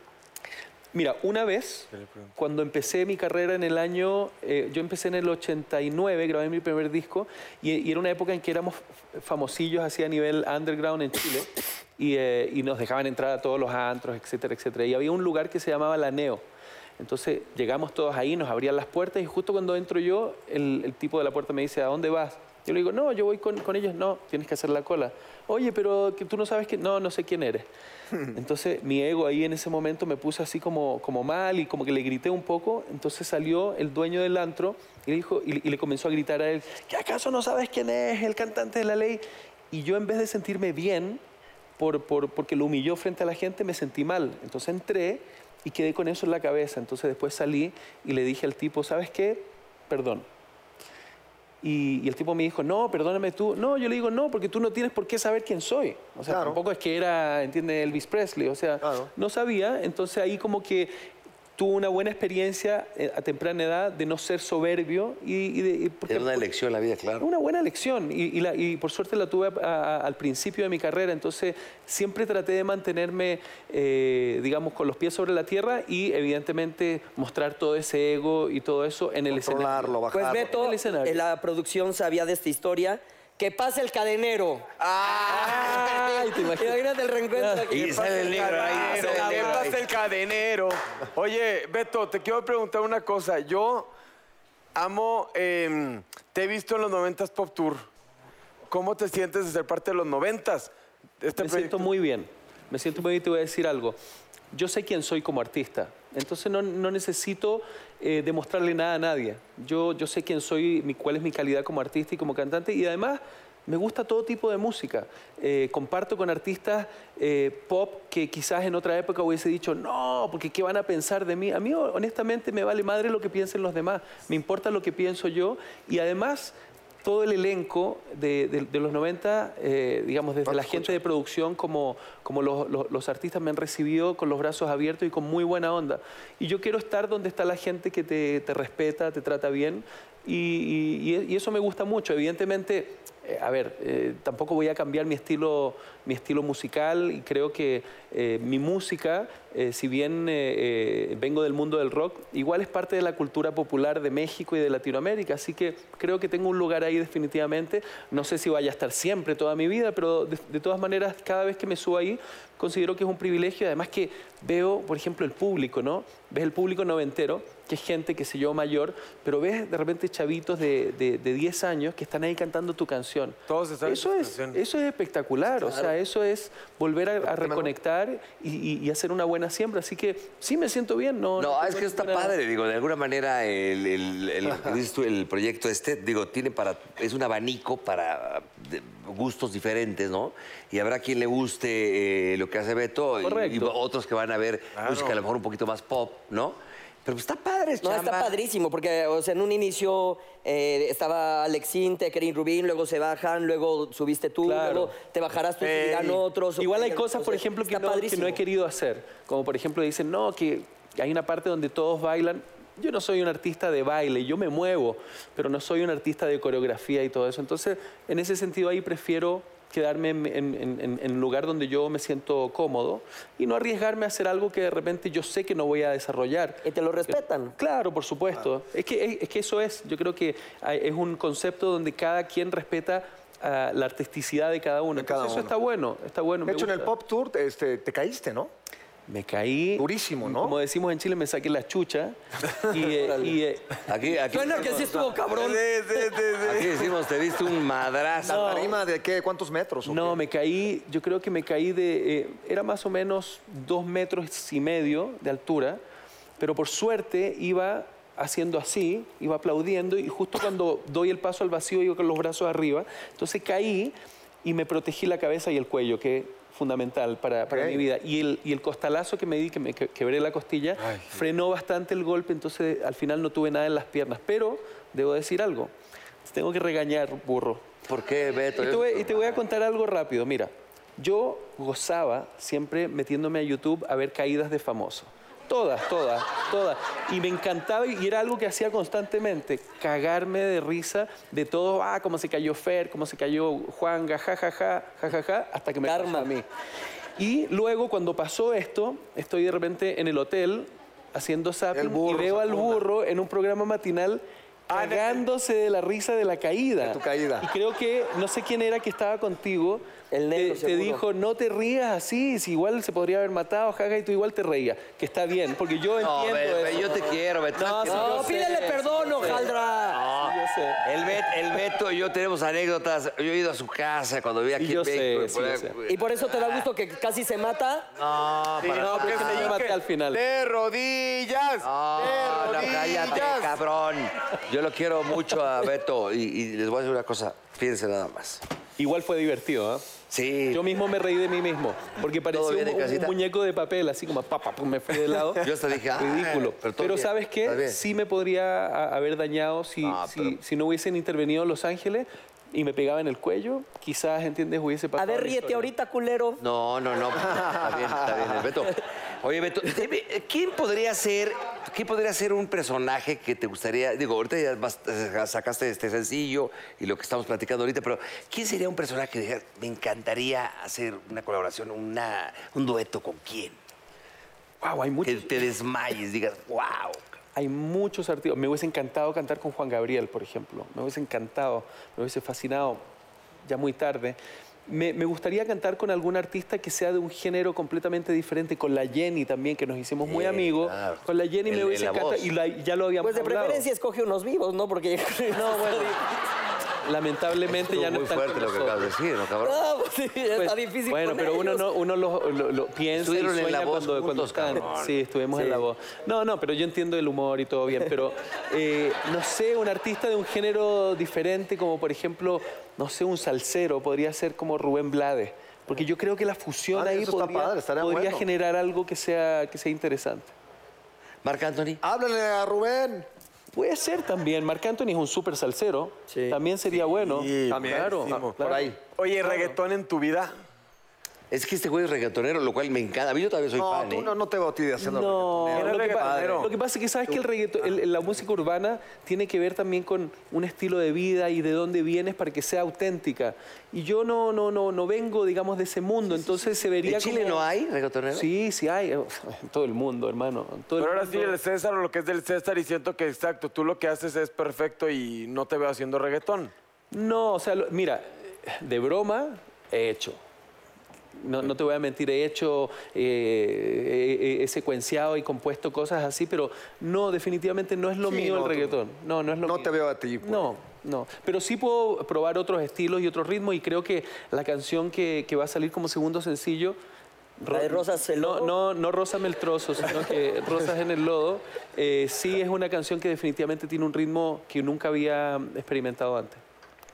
S6: Mira, una vez, cuando empecé mi carrera en el año, eh, yo empecé en el 89, grabé mi primer disco, y, y era una época en que éramos f- famosillos así a nivel underground en Chile, y, eh, y nos dejaban entrar a todos los antros, etcétera, etcétera. Y había un lugar que se llamaba La Neo. Entonces llegamos todos ahí, nos abrían las puertas, y justo cuando entro yo, el, el tipo de la puerta me dice, ¿a dónde vas? Yo le digo, no, yo voy con, con ellos, no, tienes que hacer la cola. Oye, pero que tú no sabes que, no, no sé quién eres. Entonces mi ego ahí en ese momento me puso así como, como mal y como que le grité un poco. Entonces salió el dueño del antro y le, dijo, y, y le comenzó a gritar a él, ¿que acaso no sabes quién es el cantante de la ley? Y yo en vez de sentirme bien, por, por- porque lo humilló frente a la gente, me sentí mal. Entonces entré y quedé con eso en la cabeza. Entonces después salí y le dije al tipo, ¿sabes qué? Perdón. Y, y el tipo me dijo, no, perdóname tú. No, yo le digo, no, porque tú no tienes por qué saber quién soy. O sea,
S2: Claro.
S6: tampoco es que era, entiende, Elvis Presley. O sea,
S2: Claro.
S6: no sabía. Entonces ahí como que tuve una buena experiencia eh, a temprana edad de no ser soberbio y, y de... y porque-
S4: Era una elección en la vida, claro.
S6: una buena lección y, y la- y por suerte la tuve a- a- al principio de mi carrera, entonces siempre traté de mantenerme, eh, digamos, con los pies sobre la tierra y evidentemente mostrar todo ese ego y todo eso en el escenario.
S2: Controlarlo, bajarlo.
S3: Pues Beto,
S6: El escenario.
S3: eh, la producción sabía de esta historia. ¡Que pase el cadenero!
S6: Ay, te imaginas.
S3: Imagínate el reencuentro. aquí.
S4: Y sale el negro ahí.
S5: Cadenero,
S4: sale el
S5: ¿qué
S4: negro ahí.
S5: pasa el cadenero? Oye, Beto, te quiero preguntar una cosa. Yo amo, eh, te he visto en los 90s Pop Tour. ¿Cómo te sientes de ser parte de los 90s? Este
S6: Me siento
S5: proyecto-
S6: muy bien. Me siento muy bien y te voy a decir algo. Yo sé quién soy como artista. Entonces no, no necesito eh, demostrarle nada a nadie. Yo, yo sé quién soy, mi, cuál es mi calidad como artista y como cantante. Y además me gusta todo tipo de música. Eh, comparto con artistas eh, pop que quizás en otra época hubiese dicho, no, porque ¿qué van a pensar de mí? A mí ho- honestamente me vale madre lo que piensen los demás. Me importa lo que pienso yo. Y además todo el elenco de, de- de los 90, eh, digamos, desde la gente de producción como, como los, los- los artistas me han recibido con los brazos abiertos y con muy buena onda. Y yo quiero estar donde está la gente que te, te respeta, te trata bien y, y- e, y- y eso me gusta mucho. Evidentemente, eh, a ver, eh, tampoco voy a cambiar mi estilo, mi estilo musical y creo que eh, mi música, eh, si bien eh, eh, vengo del mundo del rock, igual es parte de la cultura popular de México y de Latinoamérica, así que creo que tengo un lugar ahí definitivamente. No sé si vaya a estar siempre toda mi vida, pero de, de todas maneras, cada vez que me subo ahí, considero que es un privilegio. Además que veo, por ejemplo, el público, ¿no? Ves el público noventero, que es gente, que sé yo, mayor, pero ves de repente chavitos de, de- de 10 años que están ahí cantando tu canción.
S5: Todos se saben
S6: eso
S5: tus
S6: es,
S5: canciones.
S6: eso es espectacular, o sea, eso es volver a, a reconectar y, y- y hacer una buena siembra. Así que sí me siento bien, ¿no?
S4: No,
S6: tengo
S4: es que está
S6: ninguna-
S4: padre, digo, de alguna manera el, el- el- lo que dices tú, el proyecto este, digo, tiene para, es un abanico para de- gustos diferentes, ¿no? Y habrá quien le guste eh, lo que hace Beto y- y,
S6: Correcto.
S4: otros que van a ver música a lo mejor un poquito más pop, ¿no? Pero pues está padre,
S3: No,
S4: chamba.
S3: está padrísimo, porque o sea, en un inicio eh, estaba Alex Sinte, Kerin Rubín, luego se bajan, luego subiste tú,
S6: Claro.
S3: luego te bajarás tú, subirán otros.
S6: Igual hay
S3: O
S6: cosas, por
S3: sea,
S6: ejemplo, que
S3: está
S6: no, que no
S3: padrísimo.
S6: he querido hacer. Como por ejemplo dicen, no, que hay una parte donde todos bailan. yo no soy un artista de baile, yo me muevo, pero no soy un artista de coreografía y todo eso. Entonces, en ese sentido ahí prefiero quedarme en, en- en- en- en un lugar donde yo me siento cómodo y no arriesgarme a hacer algo que de repente yo sé que no voy a desarrollar.
S3: Y te lo respetan.
S6: Claro, por supuesto. Es, que, es, es que eso es. Yo creo que hay- es un concepto donde cada quien respeta ah, la artisticidad de cada uno.
S2: De cada
S6: Entonces, eso
S2: uno.
S6: está bueno, está bueno.
S2: De
S6: me
S2: hecho, en el
S6: gusta.
S2: Pop Tour este, te caíste, ¿no?
S6: Me caí.
S2: Durísimo, ¿no?
S6: Como decimos en Chile, me saqué
S2: [LAUGHS]
S6: la chucha. y, eh, y, eh,
S4: Aquí, aquí,
S3: Suena que sí estuvo cabrón.
S4: aquí decimos, te diste un madrazo.
S2: ¿La tarima de qué? ¿Cuántos metros? o
S6: no,
S2: qué?
S6: me caí, yo creo que me caí de, eh, era más o menos dos metros y medio de altura, pero por suerte iba haciendo así, iba aplaudiendo y justo cuando doy el paso al vacío iba con los brazos arriba, entonces caí y me protegí la cabeza y el cuello, que es fundamental para, para
S2: Ok.
S6: mi vida. Y el, y el costalazo que me di, que me que- quebré la costilla, frenó bastante el golpe, entonces al final no tuve nada en las piernas, pero debo decir algo, te tengo que regañar, burro.
S4: ¿Por qué, Beto?
S6: Y te, voy, y te voy a contar algo rápido. Mira, yo gozaba siempre metiéndome a YouTube a ver caídas de famosos. Todas, todas, todas. Y me encantaba y era algo que hacía constantemente, cagarme de risa de todo, ah, cómo se cayó Fer, cómo se cayó Juanga, jajaja, jajaja, hasta que me pasó
S3: Karma.
S6: a mí. Y luego cuando pasó esto, estoy de repente en el hotel haciendo zapping y
S2: burro,
S6: veo al
S2: Sacuna.
S6: burro en un programa matinal cagándose de la risa de la caída.
S2: De tu caída.
S6: Y creo que, no sé quién era que estaba contigo,
S3: El negro,
S6: te, te
S3: seguro.
S6: dijo, no te rías así, si igual se podría haber matado, jaja, y tú igual te reías. Que está bien, porque yo
S4: No,
S6: entiendo
S4: Beto,
S6: eso.
S4: yo te quiero, Beto.
S6: No,
S4: Te
S6: sí,
S4: quiero.
S6: yo
S3: No,
S6: sé,
S3: pídele
S6: sí,
S3: perdón,
S6: yo sé.
S3: Ojaldra.
S6: Sí, yo sé.
S4: El, Bet- el Beto y yo tenemos anécdotas. Yo he ido a su casa cuando vi aquí
S6: yo
S4: en
S6: sé,
S4: México.
S6: sí, yo sé.
S3: Y por eso te da gusto que casi se mata.
S4: No, para-
S6: No, pero es que me maté al final.
S5: De rodillas.
S4: No, no,
S5: de
S4: cállate,
S5: rodillas.
S4: cabrón. Yo lo quiero mucho a Beto y, y les voy a decir una cosa. Fíjense nada más.
S6: Igual fue divertido, ¿ah?
S4: Sí.
S6: Yo mismo me reí de mí mismo, porque parecía
S4: bien
S6: un,
S4: en
S6: un
S4: casita?
S6: muñeco de papel, así como pa, pa, pum, me fui de lado.
S4: Yo hasta dije, "Ah,
S6: Ridículo.
S4: pero
S6: Pero,
S4: todo bien,
S6: ¿sabes
S4: está
S6: qué?
S4: bien".
S6: Sí me podría a- haber dañado si,
S4: No,
S6: si-
S4: pero-
S6: si no hubiesen intervenido Los Ángeles y me pegaba en el cuello. Quizás, ¿entiendes? Hubiese pasado.
S3: A ver,
S6: la
S3: ríete
S6: historia.
S3: ahorita, culero.
S4: No, no, no. Está bien, está bien, el Beto. Oye, Beto, dime, ¿quién podría ser, quién podría ser un personaje que te gustaría? Digo, ahorita ya vas- sacaste este sencillo y lo que estamos platicando ahorita, pero ¿quién sería un personaje que dijeras, me encantaría hacer una colaboración, una, un dueto con quién?
S6: Guau, hay
S4: Que
S6: muchos,
S4: te desmayes, digas, wow.
S6: hay muchos artistas. Me hubiese encantado cantar con Juan Gabriel, por ejemplo. Me hubiese encantado, me hubiese fascinado. Ya muy tarde. Me, me gustaría cantar con algún artista que sea de un género completamente diferente, con la Jenny también, que nos hicimos muy
S4: Sí,
S6: amigos.
S4: claro.
S6: Con la Jenny
S4: En-
S6: me
S4: en
S6: hubiese
S4: la
S6: encantado.
S4: voz.
S6: Y la- ya lo habíamos
S3: Pues de
S6: hablado.
S3: preferencia escoge unos vivos, ¿no? Porque [LAUGHS] no, bueno.
S6: Lamentablemente ya no
S4: muy
S6: están con
S4: fuerte lo que acabas de
S6: nosotros.
S4: decir, ¿no, cabrón?
S3: No, pues sí, está
S6: Pues,
S3: difícil.
S6: Bueno,
S3: con
S6: pero uno,
S3: ellos.
S6: no, uno lo, lo- lo piensa y
S4: Estuvieron en
S6: sueña
S4: La Voz
S6: cuando, cuando
S4: juntos,
S6: están.
S4: cabrón.
S6: Sí, estuvimos en la voz. No, no, pero yo entiendo el humor y
S3: [LAUGHS]
S6: todo bien. Pero, eh, no sé, un artista de un género diferente, como por ejemplo, no sé, un salsero, podría ser como Rubén Blades. Porque yo creo que la fusión
S2: Ah,
S6: ahí
S2: eso está
S6: podría,
S2: padre, estaría
S6: podría
S2: bueno.
S6: generar algo que sea, que sea interesante.
S4: Marc Anthony.
S2: Háblale a Rubén.
S6: Puede ser también. Marc Anthony es un súper salsero.
S3: Sí.
S6: También sería bueno.
S5: también,
S6: Claro, Ah,
S5: sí,
S6: claro.
S2: Por ahí.
S5: Oye, ¿reggaetón en tu vida?
S4: Es que este güey es reggaetonero, lo cual me encanta. A mí yo todavía soy
S2: No,
S4: fan,
S2: tú
S4: ¿eh?
S2: no, no te bautides haciendo
S6: No,
S2: reggaetonero.
S5: Era
S6: lo que, pa-
S5: reggaetonero.
S6: lo que pasa es que sabes que el reggaeto- el- la música urbana tiene que ver también con un estilo de vida y de dónde vienes para que sea auténtica. Y yo no, no, no, no vengo, digamos, de ese mundo, entonces se vería
S4: ¿En Chile
S6: como-
S4: no hay reggaetonero?
S6: Sí, sí hay. En todo el mundo, hermano. en todo el
S5: Pero ahora sí,
S6: mundo.
S5: el César o lo que es del César, y siento que exacto, tú lo que haces es perfecto y no te veo haciendo reggaetón.
S6: No, o sea, lo- mira, de broma he hecho. No, no te voy a mentir, he hecho, eh, he, he- he secuenciado y compuesto cosas así, pero no, definitivamente no es lo
S2: Sí,
S6: mío
S2: no,
S6: el
S2: tú-
S6: reggaetón. No, no es lo
S2: no
S6: mío.
S2: te veo a ti, pues.
S6: No, no. Pero sí puedo probar otros estilos y otros ritmos y creo que la canción que, que va a salir como segundo sencillo...
S3: ¿La de Rosas el
S6: no,
S3: Lodo?
S6: no, no Rózame el trozo, sino
S3: [LAUGHS]
S6: que Rosas en el lodo. eh, sí es una canción que definitivamente tiene un ritmo que nunca había experimentado antes.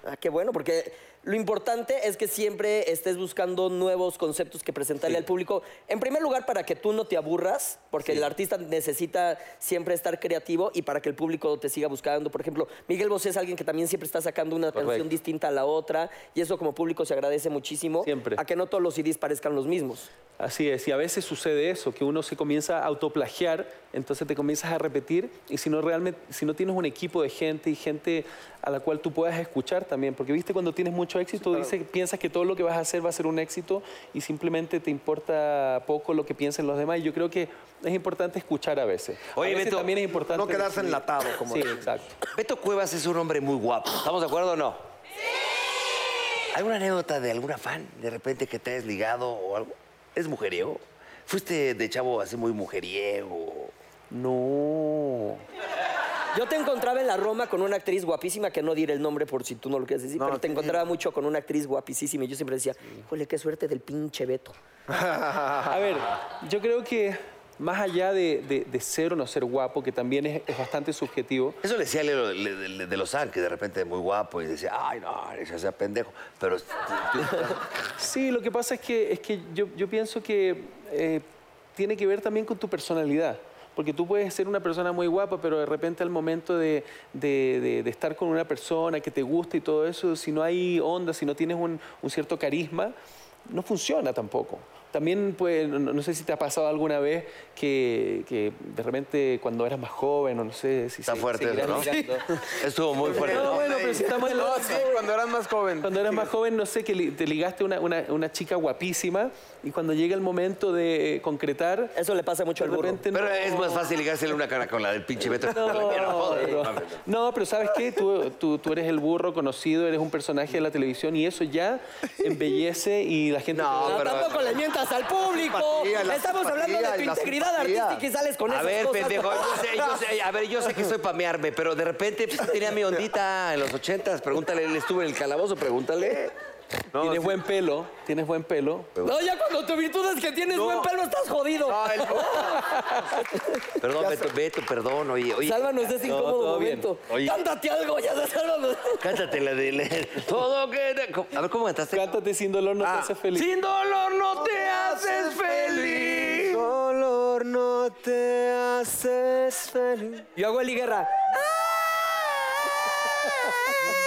S3: Ah, qué bueno, porque lo importante es que siempre estés buscando nuevos conceptos que presentarle al público. En primer lugar, para que tú no te aburras, porque el artista necesita siempre estar creativo y para que el público te siga buscando. Por ejemplo, Miguel Bosé es alguien que también siempre está sacando una canción distinta a la otra y eso como público se agradece muchísimo.
S6: Siempre.
S3: A que no todos los CDs parezcan los mismos.
S6: Así es, y a veces sucede eso, que uno se comienza a autoplagiar, entonces te comienzas a repetir, y si no realmente, si no tienes un equipo de gente y gente a la cual tú puedas escuchar también, porque viste cuando tienes mucho éxito, dice- piensas que todo lo que vas a hacer va a ser un éxito y simplemente te importa poco lo que piensen los demás, y yo creo que es importante escuchar a veces. A
S4: Oye,
S6: veces
S4: Beto,
S6: también es importante
S2: no quedarse
S6: recibir.
S2: enlatado, como
S6: Sí,
S2: dicen.
S6: exacto.
S4: Beto Cuevas es un hombre muy guapo. ¿Estamos de acuerdo o no? ¡Sí! ¿Alguna anécdota de alguna fan de repente que te hayas ligado o algo? ¿Es mujeriego? ¿Fuiste de chavo así muy mujeriego?
S6: No.
S3: Yo te encontraba en la Roma con una actriz guapísima, que no diré el nombre por si tú no lo quieres decir, pero te encontraba mucho con una actriz guapísima y yo siempre decía, híjole, qué suerte del pinche Beto.
S6: A ver, yo creo que más allá de, de- de ser o no ser guapo, que también es- es bastante subjetivo,
S4: Eso le decía Leo le- le- le- de Lozán, que de repente muy guapo y decía, ay, no, ese sea pendejo. Pero tú-
S6: Sí, lo que pasa es que, es que yo, yo pienso que eh, tiene que ver también con tu personalidad. Porque tú puedes ser una persona muy guapa, pero de repente al momento de, de- de- de estar con una persona que te gusta y todo eso, si no hay onda, si no tienes un, un cierto carisma, no funciona tampoco. También, pues, no, no sé si te ha pasado alguna vez que, que de repente cuando eras más joven, o no sé si
S4: está
S6: se-
S4: fuerte eso,
S6: seguirás
S4: ¿no?
S6: ligando.
S4: [LAUGHS] Estuvo muy [LAUGHS] fuerte.
S6: No, bueno, pero
S4: [LAUGHS]
S6: si estamos en la
S5: No, sí, cuando eras más joven.
S6: cuando eras más joven, no sé, que li- te ligaste a una, una- una chica guapísima y cuando llega el momento de eh, concretar,
S3: Eso le pasa mucho
S6: de
S3: al burro.
S6: repente
S4: Pero
S6: no-
S4: es más fácil ligársele una cara con la del pinche Beto.
S6: No, pero- no, pero ¿sabes qué? Tú, tú- tú eres el burro conocido, eres un personaje de la televisión y eso ya embellece y la gente...
S4: No,
S6: te-
S3: No,
S4: pero-
S3: Ah, tampoco le mientas al público.
S2: Simpatía, la
S3: Estamos hablando de
S2: simpatía
S3: tu
S2: y la
S3: integridad
S2: simpatía.
S3: artística y sales con
S4: A
S3: esas
S4: ver,
S3: cosas.
S4: pendejo, yo sé, yo sé, a ver, yo sé que soy para mearme, pero de repente pues, tenía mi ondita en los ochentas. Pregúntale, él estuvo en el calabozo, pregúntale.
S6: tienes buen pelo, tienes buen pelo.
S3: No, ya cuando tu virtud es que tienes buen pelo, estás jodido.
S4: Ah, Perdón, Beto, Beto, perdón, oye, oye.
S3: Sálvanos de este
S6: No,
S3: incómodo
S6: todo bien.
S3: momento.
S4: Oye.
S3: Cántate algo, ya sálvanos.
S4: Cántate la de todo queda. A ver, ¿cómo cantaste?
S6: Cántate sin dolor, no
S4: Ah,
S6: te haces feliz.
S4: Sin dolor no te haces feliz.
S5: Dolor no te haces feliz.
S3: Yo hago el guerra.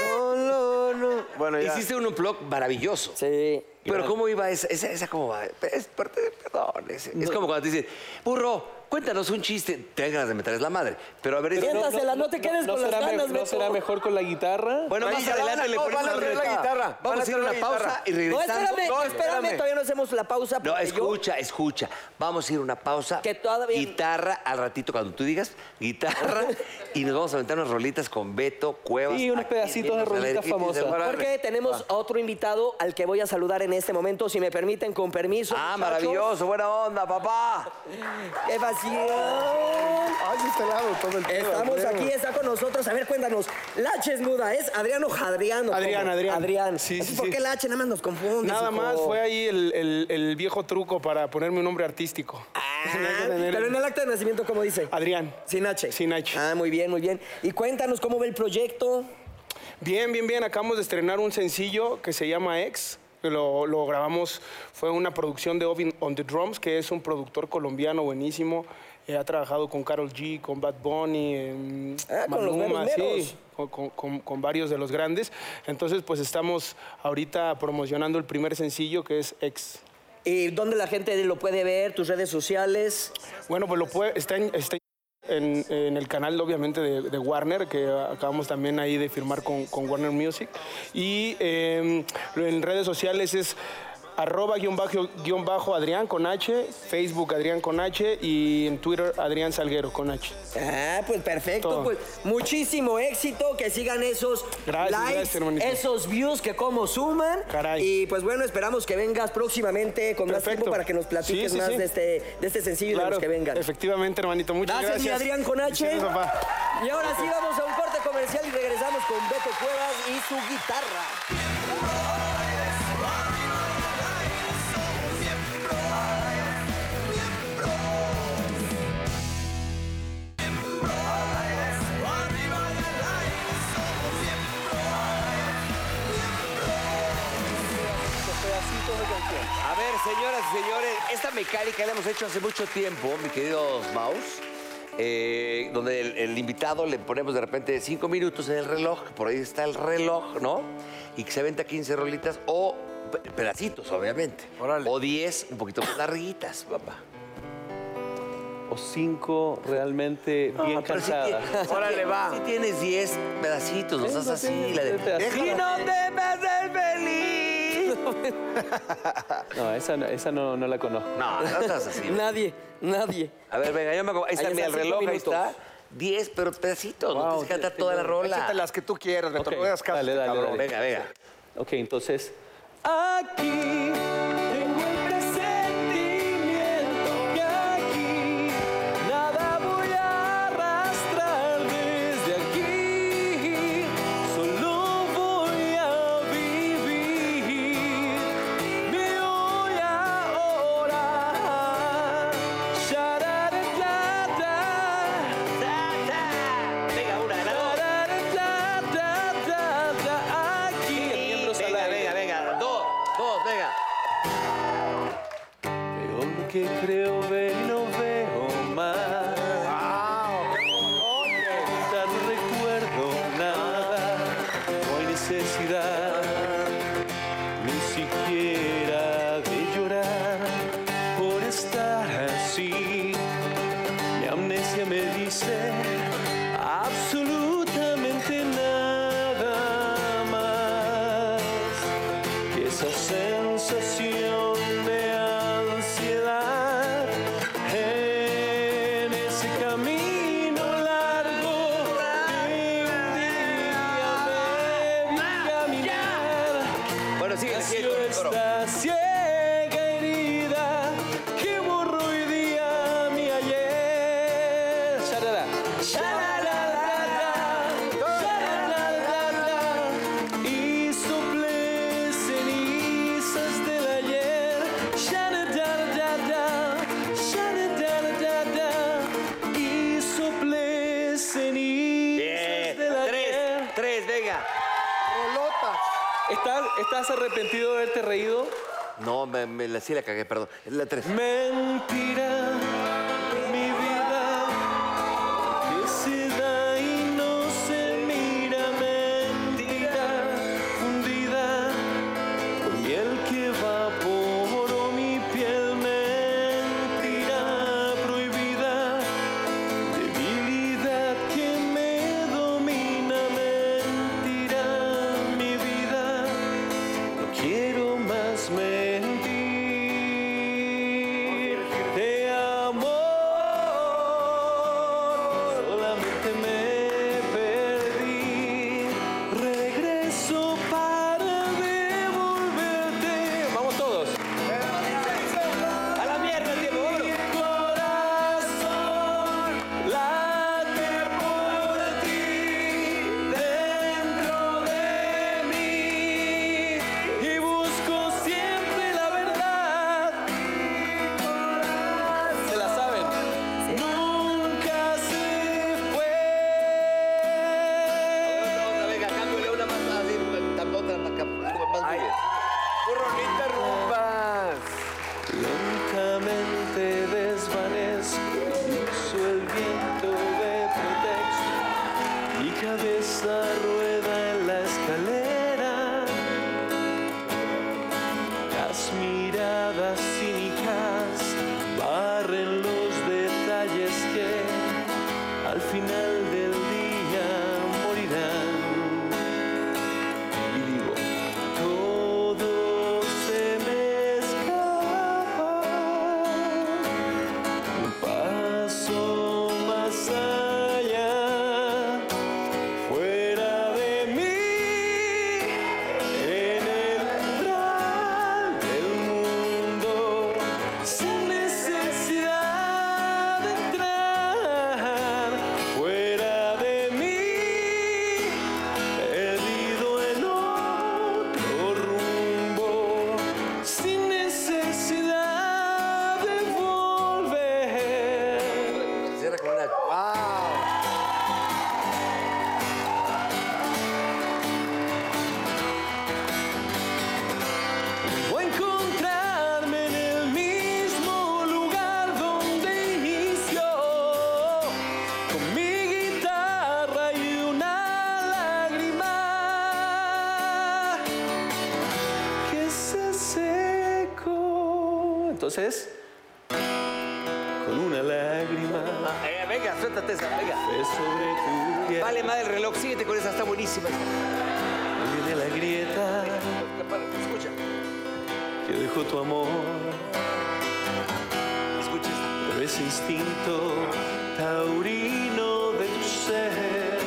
S5: Dolor no. Bueno, ya.
S4: Hiciste un blog maravilloso.
S3: Sí.
S4: Pero ¿cómo iba esa? ¿Esa, esa cómo va? Es parte de... Perdón. Es, es como cuando te dicen, burro, cuéntanos un chiste. Te dan ganas de meter es la madre. Pero a ver... es-
S3: Pero no- Cántasela, te quedes con las
S6: será
S3: ganas,
S6: ¿No
S3: Beto.
S6: será mejor con la guitarra?
S4: Bueno,
S5: Ahí
S4: más
S5: ya van
S4: adelante
S5: a-
S4: le
S5: no,
S4: ponemos
S5: van a
S4: una
S5: hacer la
S4: reta.
S5: guitarra, van
S4: Vamos
S5: a
S4: a hacer
S5: hacer
S4: una
S5: la
S4: pausa
S5: guitarra.
S4: y
S3: No,
S4: regresando...
S3: espérame,
S5: No,
S3: espérame,
S5: espérame.
S3: todavía no hacemos la pausa.
S4: No,
S3: porque yo-
S4: escucha, escucha. Vamos a ir a una pausa.
S3: Que todavía-
S4: Guitarra al ratito, cuando tú digas guitarra. y nos vamos a aventar unas rolitas con Beto Cuevas.
S6: Sí, unos
S4: aquí,
S6: pedacitos de
S4: viéndonos al aire.
S6: rolitas famosas.
S3: Porque tenemos
S7: Ah.
S3: a otro invitado al que voy a saludar en este momento, si me permiten, con permiso.
S4: Ah,
S3: muchachos.
S4: maravilloso, buena onda, papá.
S3: ¡Qué vacío!
S2: Ay, este lado, todo el tiempo.
S3: Estamos aquí, está con nosotros. A ver, cuéntanos. La H es muda, ¿es Adriano Jadriano? ¿cómo?
S7: Adrián, Adrián.
S3: Adrián.
S7: Sí, sí,
S3: ¿Por
S7: sí.
S3: qué la H nada más nos confunde?
S7: Nada
S3: hijo?
S7: más fue ahí el, el- el viejo truco para ponerme un nombre artístico.
S3: Ah,
S7: [LAUGHS] Tenía que tener
S3: pero
S7: el-
S3: en el acta de nacimiento, ¿cómo dice?
S7: Adrián.
S3: Sin H.
S7: Sin H.
S3: Ah, muy bien, muy bien. Y cuéntanos cómo ve el proyecto.
S7: Bien, bien, bien. Acabamos de estrenar un sencillo que se llama Ex. que Lo, lo grabamos, fue una producción de Ovin on the Drums, que es un productor colombiano buenísimo. Eh, ha trabajado con Carol G, con Bad Bunny, em,
S3: Ah, con los
S7: Maluma,
S3: meros meros.
S7: sí, con, con- con- con varios de los grandes. Entonces, pues estamos ahorita promocionando el primer sencillo que es Ex.
S3: ¿Y eh, dónde la gente lo puede ver? ¿Tus redes sociales?
S7: Bueno, pues lo puede, está, en, está en- en el canal, obviamente, de, de Warner, que acabamos también ahí de firmar con, con Warner Music. Y eh, en redes sociales es arroba guión bajo, guión bajo Adrián con H, Facebook Adrián con H y en Twitter Adrián Salguero con H.
S3: Ah, pues perfecto,
S7: Todo.
S3: pues muchísimo éxito, que sigan esos
S7: Gracias,
S3: likes,
S7: gracias, hermanito.
S3: esos views que como suman.
S7: Caray.
S3: Y pues bueno, esperamos que vengas próximamente con más
S7: Perfecto.
S3: tiempo para que nos platiques
S7: Sí, sí,
S3: más
S7: sí.
S3: De, este, de este sencillo y de los que vengan.
S7: Efectivamente, hermanito, muchas
S3: Gracias, mi
S7: gracias.
S3: Adrián con H.
S7: Gracias, papá.
S3: Y ahora sí vamos a un corte comercial y regresamos con Beto Cuevas y su guitarra.
S4: A ver, señoras y señores, esta mecánica la hemos hecho hace mucho tiempo, mi queridos Maus. eh, donde el, el invitado le ponemos de repente cinco minutos en el reloj, por ahí está el reloj, ¿no? Y que se aventa 15 rolitas o pe- pedacitos, obviamente.
S5: Órale.
S4: O 10 un poquito más larguitas, papá.
S6: O cinco realmente bien
S4: Pero si
S6: cansadas.
S4: tie- o sea,
S5: Órale, va.
S4: Si tienes 10 pedacitos, los haces así. La de,
S6: Pedacito.
S4: y no te me haces feliz.
S6: No, esa, no- esa no, no la conozco.
S4: No, no estás así.
S3: Nadie, nadie.
S4: A ver, venga, yo me hago. Ahí está,
S3: Ahí
S4: mira, el
S3: está, cinco
S4: reloj, ahí
S3: minutos.
S4: está. 10, pero pedacitos.
S6: Wow,
S4: no tienes que cantar toda la
S2: Échate
S4: rola.
S2: las que tú quieras, Beto.
S6: Ok,
S2: No le hagas caso, a
S6: dale,
S2: este
S6: dale,
S2: cabrón.
S6: dale.
S4: Venga, venga.
S6: Ok, entonces. Aquí tengo este sentimiento que aquí nada voy a arrastrar desde aquí. Solo voy a vivir mi hoy ahora. Shararatada.
S4: Venga, una de Venga, venga, venga. Dos, dos, venga.
S6: Veo lo que creo ver y no veo más. Ya no recuerdo nada, no hay necesidad ni siquiera de llorar por estar así. Mi amnesia me dice absolutamente nada más que esa sensación de ansiedad en ese camino largo que un día me vi caminar
S4: Bueno, sigue, sigue
S6: nació
S4: con el coro.
S6: esta ciega herida que borró hoy día mi ayer. Sharara. Shararara, shararara, Y soplé cenizas del ayer. Shararara, shararara, Y soplé cenizas
S4: Bien.
S6: del ayer.
S4: Tres, tres, venga.
S6: ¿Estás, ¿Estás arrepentido de haberte reído?
S4: No, me, me la, sí la cagué, perdón. Es la tres.
S6: Mentira, mi vida, que se da y no se mira. Mentira, fundida, con miel que evaporó mi piel. Mentira, prohibida, debilidad que me domina. Mentira, mi vida, no quiero más mentir. Te amo. Solamente me perdí. Regreso para devolverte. Vamos todos. A la mierda, tiempo, Mi corazón late por ti dentro de mí y busco siempre la verdad. Se la saben. Nunca se fue.
S4: Otra, venga, cámbiale una más así, tam- otra más, cam- más dura.
S5: ¡Burronita rumba!
S6: Lentamente desvanezco, uso el viento de pretexto. Mi cabeza rueda en la escalera. Las miradas cínicas barren los detalles que al final del día morirán y digo, todo se me escapa. Un paso más allá, fuera de mí, en el umbral del mundo, sin necesidad de entrar. Fuera Entonces, con una lágrima
S4: Eh, venga, suéltate esa, venga.
S6: fue sobre tu piel,
S4: Vale, madre, el reloj, síguete con esa, está buenísima.
S6: viene la grieta
S4: Escucha,
S6: que dejó tu amor,
S4: escucha.
S6: pero ese instinto taurino de tu ser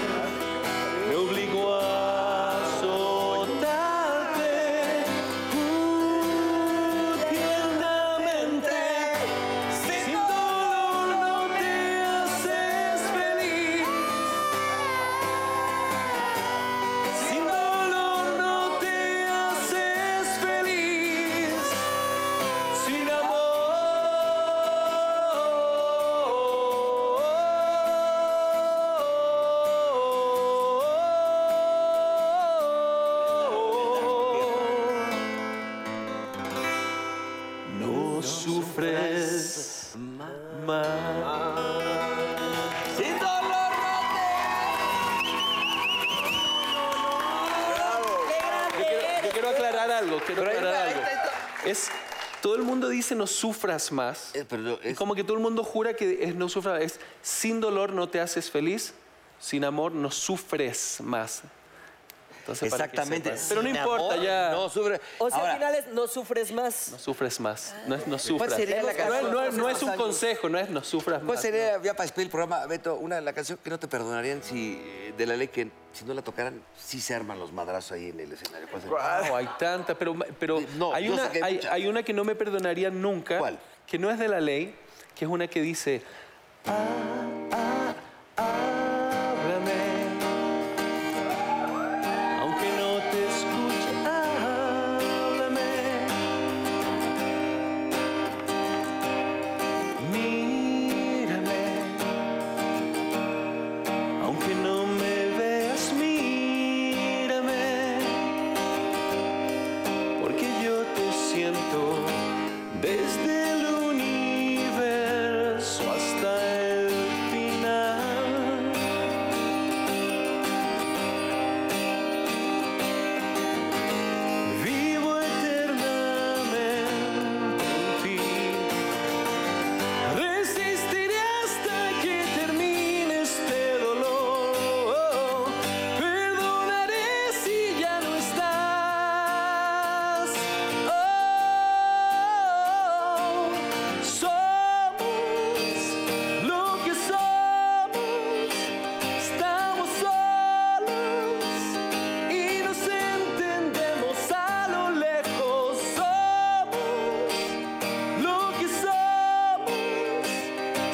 S6: me obligó a azotarte tú tiernamente. Sin dolor no te haces feliz. Sin dolor no te haces feliz. Sin amor. No sufres más.
S4: Sin dolor,
S6: Yo quiero, yo quiero aclarar algo, quiero
S4: Pero ahí
S6: aclarar
S4: está, ahí
S6: algo.
S4: está, ahí
S6: Es, todo el mundo dice no sufras más.
S4: Eh, pero es-
S6: Y Como que todo el mundo jura que es no sufras, es sin dolor no te haces feliz, sin amor no sufres más. Entonces, para que
S4: Exactamente.
S6: sepas. Pero no
S4: Sin
S6: importa,
S4: amor,
S6: ya
S4: No, sufre.
S3: O sea,
S4: Ahora,
S3: al final es no sufres más.
S6: no sufres más, no es no sufras.
S4: sería la
S6: No es- no, es-
S4: canción?
S6: no es un consejo, no es no sufras
S4: ¿Cuál
S6: más. no.
S4: sería, ya para despedir el programa, Beto, una la canción que no te perdonarían si eh, de la ley que si no la tocaran, sí se arman los madrazos ahí en el escenario? ¿Cuál sería?
S6: No, hay tantas, pero, pero
S4: Ah, No,
S6: hay,
S4: yo
S6: una,
S4: sé que hay
S6: hay,
S4: muchas.
S6: hay una que no me perdonaría nunca,
S4: ¿Cuál?
S6: que no es de la ley, que es una que dice, "Ah, ah, háblame, aunque no te escuche, háblame, mírame, aunque no me veas, mírame porque yo te siento desde el universo hasta el final. Vivo eternamente en ti. Resistiré hasta que termine este dolor. Perdonaré si ya no estás. Oh, somos lo que somos. Estamos solos y nos entendemos a lo lejos. Somos lo que somos,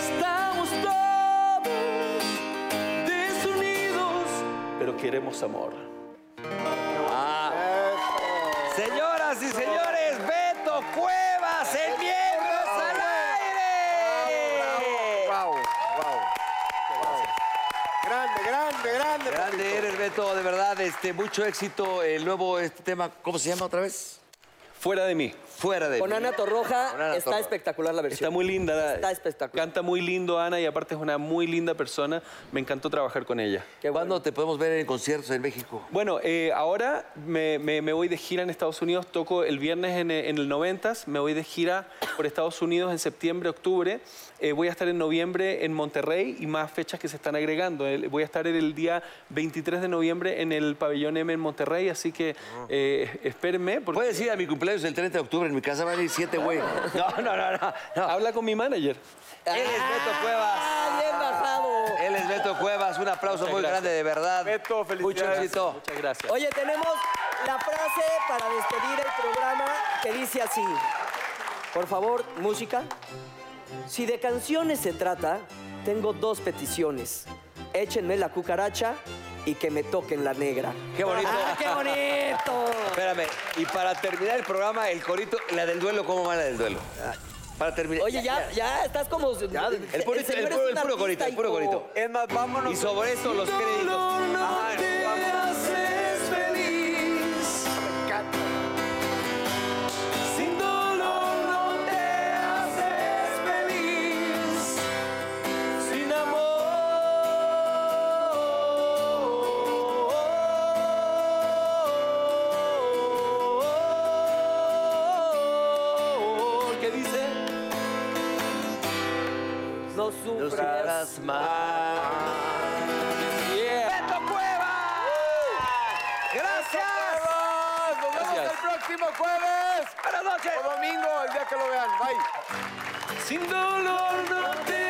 S6: estamos todos desunidos, pero queremos amor.
S4: Señoras y señores, Beto Cuevas en Miembros al Aire.
S2: ¡Wow! ¡Wow! Grande, grande, grande.
S4: Grande eres, Beto, de verdad, este, mucho éxito. El nuevo este tema, ¿cómo se llama otra vez?
S6: Fuera de mí.
S4: Fuera de
S3: Con
S4: mí.
S3: Ana Torroja
S4: Con Ana
S3: está
S4: Torroja.
S3: espectacular la versión.
S6: Está muy linda. la-
S3: Está espectacular.
S6: Canta muy lindo Ana y aparte es una muy linda persona. Me encantó trabajar con ella.
S3: Qué bueno.
S4: ¿Cuándo te podemos ver en conciertos en México?
S6: Bueno, eh, ahora me, me- me voy de gira en Estados Unidos, toco el viernes en, e- en el 90s, me voy de gira por Estados Unidos en septiembre, octubre, Eh, voy a estar en noviembre en Monterrey y más fechas que se están agregando. El- voy a estar el, día 23 de noviembre en el pabellón M en Monterrey, así que eh, espérenme. Porque
S4: Puedes ir a mi cumpleaños el 30 de octubre, en mi casa van a ir siete, güey. No, no, no, no. no.
S6: Habla con mi manager.
S4: Él es Beto Cuevas.
S3: ¡Ah, bien bajado!
S4: Él es Beto Cuevas, un aplauso
S6: Muchas
S4: muy
S6: gracias.
S4: grande, de verdad.
S5: Beto,
S4: Mucho
S5: felicidades.
S4: éxito.
S6: Muchas gracias.
S3: Oye, tenemos la frase para despedir el programa que dice así. Por favor, música. Si de canciones se trata, tengo dos peticiones. Échenme la cucaracha y que me toquen la negra.
S4: Qué bonito.
S3: ¡Ah, qué bonito!
S4: Espérame, y para terminar el programa, el corito, la del duelo, ¿cómo va la del duelo? Para terminar.
S3: Oye, ya, ya estás como...
S4: El puro, el
S3: señor es
S4: puro- el
S3: un
S4: puro corito,
S3: artista
S4: el puro
S3: y como-
S4: corito.
S5: Es más, vámonos.
S4: Y sobre eso los créditos. Ajá, vamos.
S6: Sin dolor no te haces feliz, sin amor. ¿Qué dice? no
S3: No
S6: sufras.
S3: sufras más.
S6: ¡Beto Cueva!
S2: ¡Gracias! ¡Nos vemos
S8: Gracias.
S2: el próximo jueves!
S6: ¡Buenas noches!
S2: O domingo, el día que lo vean. Bye.
S8: Sin dolor no te